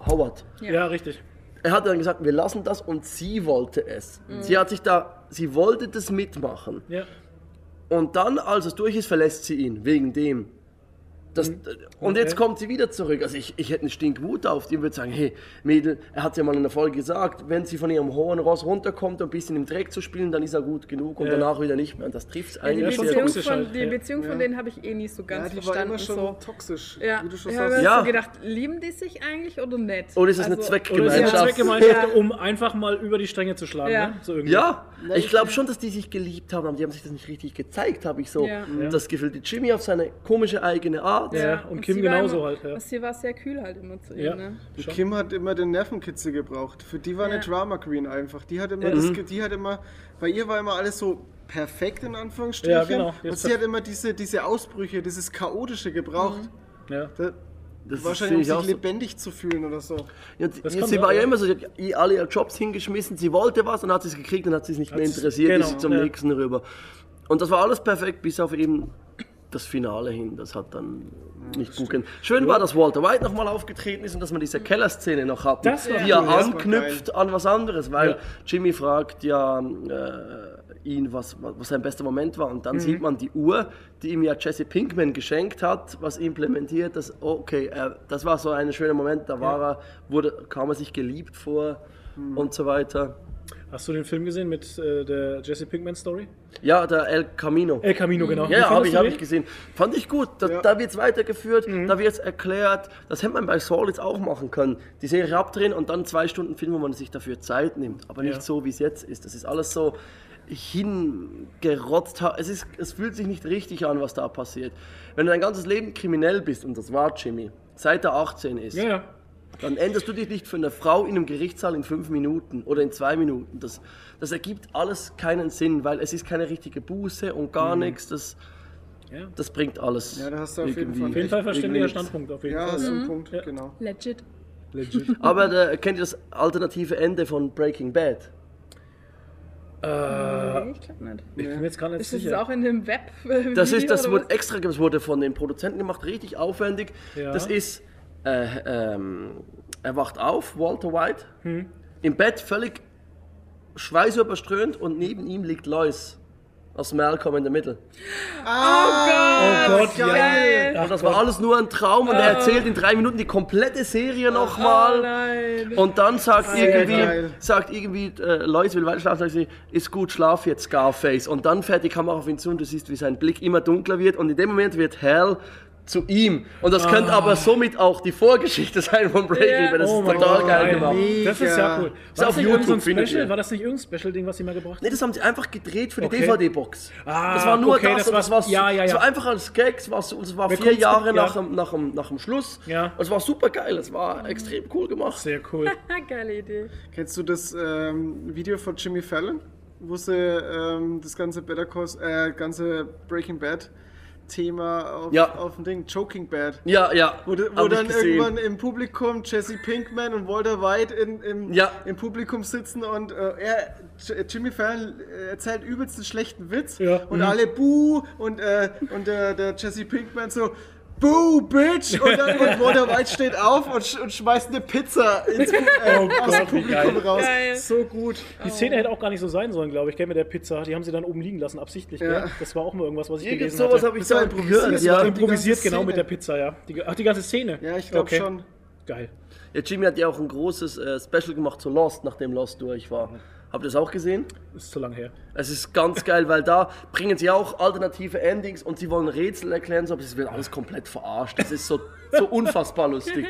B: Howard.
A: Ja, richtig.
B: Er hat dann gesagt, wir lassen das und sie wollte es. Sie hat sich da, sie wollte das mitmachen.
A: Ja.
B: Und dann, als es durch ist, verlässt sie ihn, wegen dem. Das, Und jetzt kommt sie wieder zurück. Also ich, ich hätte einen Stinkwut auf die und würde sagen, hey, Mädel, er hat ja mal in der Folge gesagt, wenn sie von ihrem hohen Ross runterkommt und ein bisschen im Dreck zu spielen, dann ist er gut genug und
A: Ja.
B: danach wieder nicht mehr. Und das trifft
C: die
B: eigentlich
A: schon
C: Beziehung,
A: toxisch
C: von,
A: halt,
C: die
A: ja.
C: Beziehung
D: Ja.
C: von denen habe ich eh nicht so ganz
D: ja, die war
C: verstanden.
D: immer schon
C: so.
D: toxisch,
C: Ja,
D: wie du schon
C: ich
D: sagst.
C: habe
B: Ja.
C: so gedacht, lieben die sich eigentlich oder nicht? Also,
B: Oder ist es eine
A: Oder es ist eine
B: Gemeinschaft.
A: Zweckgemeinschaft,
C: Ja.
A: um einfach mal über die Stränge zu schlagen.
C: Ja.
A: Ne? So irgendwie.
B: Ja, ich glaube schon, dass die sich geliebt haben, aber die haben sich das nicht richtig gezeigt, habe ich so
C: Ja.
B: das Gefühl. Die Jimmy auf seine komische eigene Art.
A: Ja, und Kim
C: sie war
A: genauso
C: immer,
A: halt, ja.
C: Sie war sehr kühl halt immer zu ihr,
A: Ja.
C: ne?
D: Die Kim hat immer den Nervenkitzel gebraucht. Für die war
C: Ja.
D: eine Drama Queen einfach. Die hat immer,
A: Ja.
D: das, ge- die hat immer, bei ihr war immer alles so perfekt in Anführungsstrichen.
A: Ja, genau.
D: Und
A: Jetzt
D: sie
A: hat-
D: hat immer diese, diese Ausbrüche, dieses chaotische gebraucht.
C: Mhm.
A: Ja.
D: Da,
B: Das ist- sehe ich
D: wahrscheinlich um
B: auch
D: sich
B: so.
D: lebendig zu fühlen oder so.
B: Ja, sie-
A: Das
B: sie
A: kann
B: sie
A: sein,
B: war ja
A: ja.
B: immer so, sie hat i- alle ihre Jobs hingeschmissen, sie wollte was und hat es gekriegt und hat es nicht mehr
A: Hat's-
B: interessiert,
A: genau,
B: ist sie zum
A: ja.
B: nächsten rüber. Und das war alles perfekt, bis auf eben das Finale hin. Das hat dann nicht gut gehen. Schön war, dass Walter White nochmal aufgetreten ist und dass man diese Kellerszene noch hat,
A: Das war
B: die ja
D: cool, das war
B: anknüpft an was anderes, weil
A: Ja.
B: Jimmy fragt ja äh, ihn, was, was sein bester Moment war und dann sieht man die Uhr, die ihm ja Jesse Pinkman geschenkt hat, was implementiert, das okay, äh, das war so ein schöner Moment, da war er, wurde, kam er sich geliebt vor und so weiter.
A: Hast du den Film gesehen mit äh, der Jesse Pinkman Story?
B: Ja, der El Camino.
A: El
C: Mhm.
A: Camino, genau.
B: Ja,
A: Wie
B: ja habe
A: fandest
B: ich,
A: du Mhm.
B: hab
A: den?
B: ich gesehen. Fand ich gut. Da,
D: Ja.
B: da wird es weitergeführt, da wird es erklärt. Das hätte man bei Saul jetzt auch machen können. Die Serie abdrehen und dann zwei Stunden Film, wo man sich dafür Zeit nimmt. Aber nicht
A: Ja.
B: so, wie es jetzt ist. Das ist alles so hingerotzt. ha- Es, ist, es fühlt sich nicht richtig an, was da passiert. Wenn du dein ganzes Leben kriminell bist, und das war Jimmy, seit er 18 ist,
A: Ja, ja.
B: dann änderst du dich nicht für eine Frau in einem Gerichtssaal in fünf Minuten oder in zwei Minuten. Das, das ergibt alles keinen Sinn, weil es ist keine richtige Buße und gar nichts. Das,
A: Ja.
B: das bringt alles.
D: Ja, da hast du auf jeden
B: irgendwie-
D: Fall
A: Auf jeden
D: Echt,
A: Fall verständiger
B: irgendwie
A: Standpunkt, auf jeden
D: Ja,
A: Fall.
D: hast du
C: Mhm.
D: einen Punkt, genau.
A: Äh,
C: Legit.
B: (laughs)
A: Legit.
B: nichts. Aber da, kennt ihr das alternative Ende von Breaking Bad?
C: nee, ich glaube nicht.
A: Ich bin mir jetzt gar nicht
C: Ist das
A: sicher.
C: auch in dem Web? äh,
B: Das ist,
C: Video
B: das
C: oder
B: wurde
C: was?
B: extra, das wurde von den Produzenten gemacht, richtig aufwendig.
A: Ja.
B: Das ist, äh, ähm, er wacht auf, Walter White, im Bett völlig schweißüberströmt und neben ihm liegt Lois aus Malcolm in the Middle.
A: oh Gott,
C: Geil.
B: Und das war alles nur ein Traum und er erzählt in drei Minuten die komplette Serie
C: Oh
B: nochmal.
A: genau.
C: nein.
B: Und dann sagt irgendwie,
D: geil.
B: sagt irgendwie, äh, Lois will weiter schlafen, sagt sie, ist gut, schlaf jetzt, Scarface. Und dann fährt die Kamera auf ihn zu und du siehst, wie sein Blick immer dunkler wird und in dem Moment wird Hell zu ihm. Und das könnte aber somit auch die Vorgeschichte sein von Breaking
C: Ja.
B: Bad. Das
A: Ah. Oh
B: ist
A: mein
B: total
A: Gott,
B: geil
A: geil.
B: gemacht. Nee.
A: Das ist ja cool. War
B: auf
A: das, nicht irgendwie so ein
B: YouTube, findet
A: Special?
B: ihr.
A: war das nicht irgendein Special-Ding, was sie mal gebracht haben?
B: das haben sie einfach gedreht für die
A: Okay.
B: DVD-Box.
A: Ah,
B: das war nur
A: okay,
B: das,
A: das
B: und das
A: war-
B: war, su-
A: ja, ja,
B: Das
A: ja.
B: war einfach als Gag, es war, so- es war
A: Wer
B: vier
A: kommt's-
B: Jahre
A: ja.
B: nach, dem, nach, dem, nach dem Schluss.
A: Ja.
B: Und es war super geil, es war extrem cool gemacht.
A: Sehr cool.
C: Ah, geile Idee.
D: Kennst du das ähm, Video von Jimmy Fallon, wo sie ähm, das ganze Better Course, äh, ganze Breaking Bad Thema auf,
B: Ja.
D: auf dem Ding, Joking Bad?
B: Ja, ja.
D: Wo, de-
B: hab
D: wo
B: ich
D: dann
B: gesehen.
D: irgendwann im Publikum Jesse Pinkman und Walter White in, im,
B: Ja.
D: im Publikum sitzen und äh, er, J- Jimmy Fallon äh, erzählt übelst einen schlechten Witz
A: Ja.
D: und
A: Mhm.
D: alle Buh und, äh, und der, der Jesse Pinkman so Boo, Bitch! Und,
A: (laughs)
D: dann, und Walter White steht auf und, sch und schmeißt eine Pizza ins Pu- äh,
A: Oh
D: aus dem
A: Gott, wie
D: Publikum
A: geil.
D: raus.
C: Geil.
D: So gut.
C: Oh.
A: Die Szene hätte auch gar nicht so sein sollen, glaube ich, gell, mit der Pizza. Die haben sie dann oben liegen lassen, absichtlich.
D: Ja.
A: Gell? Das war auch mal irgendwas, was ich
B: Irgend
A: gelesen
B: sowas
A: hatte.
B: habe ich
D: Das war
B: da
D: improvisiert,
B: gehört.
D: das
B: Ja.
D: war- die
A: Improvisiert,
D: ganze
A: genau, mit der
D: Szene.
A: Pizza, ja. Die, ge- ach, die ganze Szene?
D: Ja, ich glaube
A: Okay.
D: schon.
A: Geil.
B: ja, Jimmy hat ja auch ein großes äh, Special gemacht zu Lost, nachdem Lost durch war. Habt ihr das auch gesehen?
A: Ist zu lang her.
B: Es ist ganz geil, weil da bringen sie auch alternative Endings und sie wollen Rätsel erklären, so, aber es wird alles komplett verarscht. Das ist so, so unfassbar lustig.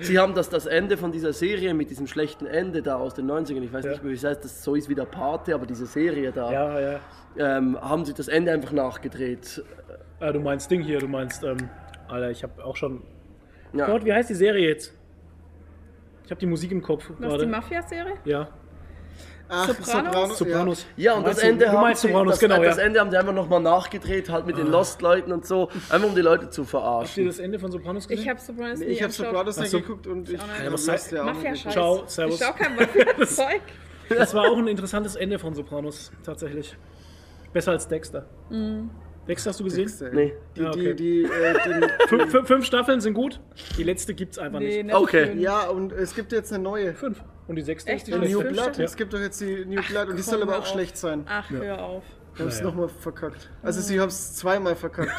B: Sie haben das, das Ende von dieser Serie mit diesem schlechten Ende da aus den 90ern, ich weiß
A: Ja.
B: nicht mehr, wie es heißt, das so ist wie der Pate, aber diese Serie da,
A: Ja, ja.
B: ähm, haben sie das Ende einfach nachgedreht.
A: Äh, du meinst Ding hier, du meinst, ähm, Alter, ich habe auch schon.
B: Ja.
A: Gott, wie heißt die Serie jetzt? Ich habe die Musik im Kopf
C: Was die
A: gerade.
C: Mafia-Serie?
A: Ja,
D: Ach,
C: Sopranos?
A: Sopranos.
B: Ja, und das
A: Meinst du-
B: Ende,
A: du
B: haben
A: meinst
B: sie,
A: Sopranos,
B: das,
A: genau,
B: das
A: ja. Ah.
B: Ende haben sie einfach nochmal nachgedreht, halt mit den Lost-Leuten und so, einfach um die Leute zu
A: Habt ihr
B: verarschen.
A: das Ende von Sopranos gesehen?
C: Ich habe Sopranos
D: Ja.
C: nie
D: Ich habe
C: angeschaut.
D: Sopranos nicht
A: Ach so.
D: geguckt und ich
C: nein,
D: hab
A: was
D: Lost
A: heißt-
D: ja auch nicht
C: Mafia-Scheiß.
D: geguckt.
A: Ciao, servus.
C: Ich schau
A: (laughs)
C: kein Mafia-Zeug.
A: Das war auch ein interessantes Ende von Sopranos, tatsächlich. Besser als Dexter.
C: Mhm.
A: Dexter hast du gesehen?
D: Sechste.
B: Nee.
D: Die,
A: Ja, okay.
D: die, die, äh,
A: Fün- fün- fünf Staffeln sind gut, die letzte gibt's einfach
C: Nee,
A: nicht.
C: nicht
B: Okay.
C: schön.
D: die, ja, und es gibt jetzt eine neue.
A: Fünf. Und die sechste
C: Echt?
A: ist die
C: Und
D: New
A: schlechteste.
C: fünf
D: Blood.
A: Ja.
D: Es gibt doch jetzt die New Blood und
C: komm,
D: die soll aber
C: hör
D: auch
C: auf.
D: schlecht sein.
C: Ach, hör auf.
D: Ich hab's
A: Naja.
D: nochmal verkackt. Also,
C: Ah.
D: sie haben's zweimal verkackt.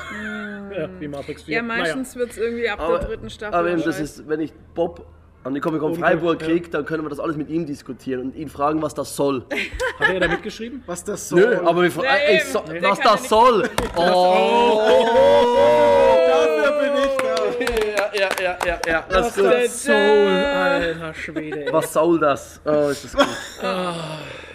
A: Ja, wie Matrix 4.
C: Ja, meistens wird's irgendwie ab der dritten Staffel.
B: aber eben, das
C: scheiße.
B: ist, wenn ich Bob an die Comic Con
A: Und-
B: Freiburg
A: ja.
B: kriege, dann können wir das alles mit ihm diskutieren und ihn fragen, was das
C: (laughs)
B: soll.
A: Naja. Hat er da mitgeschrieben?
D: Was das soll.
B: Nö, aber wir fragen,
C: Ja,
B: ey,
C: eben.
B: so,
C: Nee.
B: was
C: Der kann ja
B: das
C: (laughs)
B: soll. Oh!
D: Dafür bin ich da.
B: Ja, ja, ja, ja, ja, das ist
A: der
B: gut.
A: Soul, alter Schwede. ey.
B: Was soll das? Oh, ist das gut.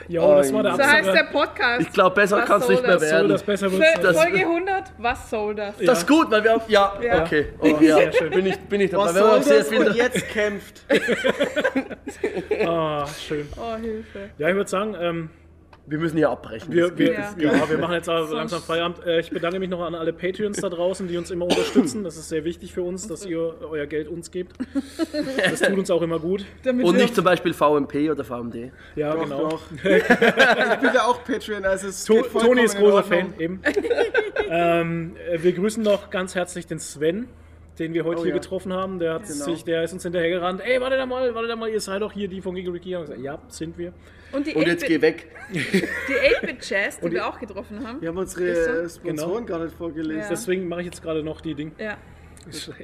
A: Jo,
B: Oh,
A: das war der
C: So heißt der
A: Absender.
C: Podcast.
B: Ich glaube, besser
C: Was
B: kann es
C: soll
B: nicht mehr
C: das? Soll
A: So,
B: werden.
A: das besser wird's.
C: Fol-
A: sein.
B: das-
C: Folge 100, was soll das?
B: Das ist gut, weil wir haben. Ja,
C: Ja.
B: okay. Oh, ja.
A: Sehr schön.
B: Bin ich, bin ich dabei.
D: Was
B: Wir haben
D: soll
B: auch sehr
D: das? Und
B: viel.
D: jetzt kämpft.
A: Ah, schön.
C: Oh, Hilfe.
A: Ja, ich würde sagen, ähm,
B: Wir müssen hier abbrechen.
A: wir, wir,
C: Ja.
A: ja. wir machen jetzt aber langsam Feierabend. Äh, ich bedanke mich noch an alle Patreons da draußen, die uns immer unterstützen. Das ist sehr wichtig für uns, dass ihr euer Geld uns gebt. Das tut uns auch immer gut.
C: Damit
B: Und
C: wir-
B: nicht zum Beispiel VMP oder VMD.
A: Ja, (laughs)
D: Doch,
A: genau. (laughs)
D: doch. ich bin ja auch Patreon, also es
A: To
D: geht vollkommen
A: Toni ist
D: in
A: großer
D: Ordnung.
A: Fan, eben. ähm, äh, wir grüßen noch ganz herzlich den Sven, den wir heute
D: Oh
A: hier
D: ja.
A: getroffen haben. Der, hat
D: Genau.
A: sich, der ist uns hinterhergerannt. Ey, warte da mal, warte da mal, ihr seid doch hier die von Gigoriki. Ja, sind wir.
C: Und die
B: Und jetzt
C: 8-Bit-
B: geh weg.
C: Die 8-Bit Jazz, die
A: Und die-
C: wir auch getroffen haben.
D: Wir haben
C: Siehst du?
D: unsere äh, Sponsoren
A: Genau.
D: gar nicht vorgelesen.
C: Ja.
A: Deswegen mache ich jetzt gerade noch die Ding.
C: Ja.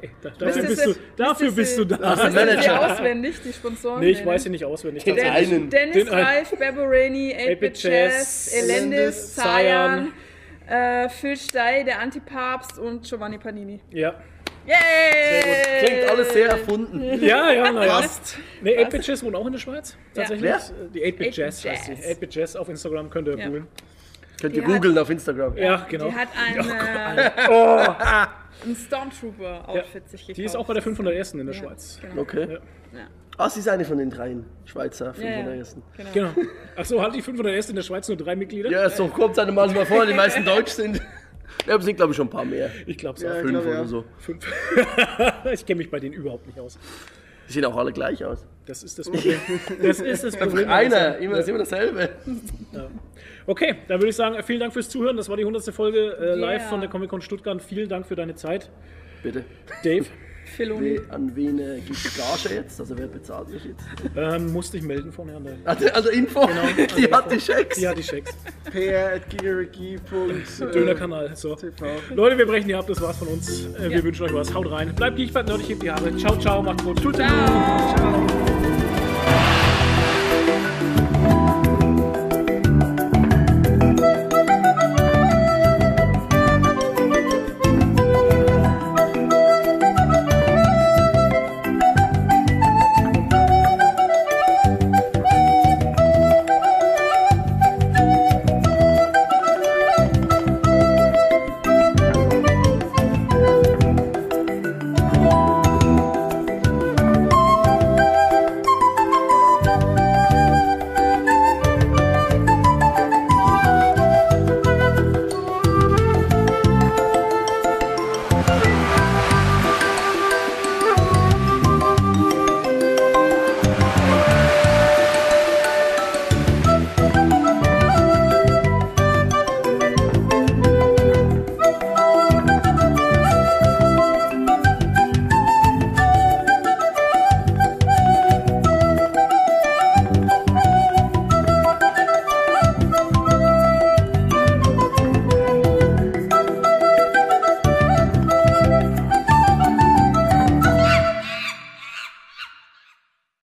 A: Ey, da, dafür
C: Müsstest
A: bist du,
C: du-
A: dafür bist
C: müsstest
A: du
C: du-
A: da.
B: müsstest-
C: Manager. Die
B: Manager.
C: auswendig, die Sponsoren.
A: Nee, ich
C: nennen.
A: weiß sie nicht auswendig.
B: Den
A: tatsächlich.
B: einen.
C: Dennis
A: Den einen.
C: Ralf, Barbarani, 8-Bit
A: 8-Bit
C: Jazz,
A: Jazz,
C: Elendis,
A: Elendis,
C: Zayan, äh, Phil Stey, der Antipapst und Giovanni Panini.
A: Ja.
C: Yay!
B: Klingt alles sehr
C: Äh,
B: erfunden.
A: Ja, ja, naja.
D: Fast.
A: Nee, 8-Bit Jazz wohnt auch in der Schweiz. Tatsächlich. Äh,
B: Wer?
A: Die 8-Bit Jazz
C: 8-Bit
A: heißt sie.
C: Jazz.
A: 8-Bit Jazz auf Instagram könnt ihr
C: Ja.
A: googeln.
B: Könnt
C: Die
B: ihr
C: hat-
B: googeln auf Instagram.
A: Ja, genau. Oh.
C: Die hat ein, äh, ein Stormtrooper-Outfit sich gekauft.
A: Die ist auch bei der 501. in der Schweiz.
C: Genau.
B: Okay.
A: Ja.
B: Ah, sie ist eine von den dreien Schweizer
C: Ja, ja.
B: 500
C: Genau.
A: Genau. Achso, hat die 501. in der Schweiz nur drei Mitglieder?
B: Ja, so kommt es einem manchmal vor, die meisten Deutsch sind. Ja, aber sind, glaube ich, schon ein paar mehr.
A: Ich glaube es
D: Ja,
A: auch.
D: ich
B: Fünf
D: glaube, ja.
B: oder so.
A: Ich kenne mich bei denen überhaupt nicht aus.
B: Die sehen auch alle gleich aus.
A: Das ist das Problem. (laughs) Das ist das Problem.
B: Einer, immer, ist immer dasselbe.
A: Okay, dann würde ich sagen, vielen Dank fürs Zuhören. Das war die 100. Folge äh, live
C: Yeah.
A: von der Comic-Con Stuttgart. Vielen Dank für deine Zeit,
B: Bitte.
A: Dave.
C: Filoni.
B: We, an wen äh, gibt es Gage jetzt? Also wer bezahlt mich jetzt?
A: ähm, musste ich melden von (laughs) Herrn Dave.
B: Also, also Info, die hat die Schecks.
A: Ja, die Schecks.
D: pr.gigariki.tv.
A: Dönerkanal. So. Leute, wir brechen hier ab. Das war's von uns. Äh, Wir wünschen euch was. Haut rein. Bleibt geek, bleibt nerdig, hebt die Haare. Ciao, ciao. Macht gut. Tschüss.
C: Ciao.
A: Ciao.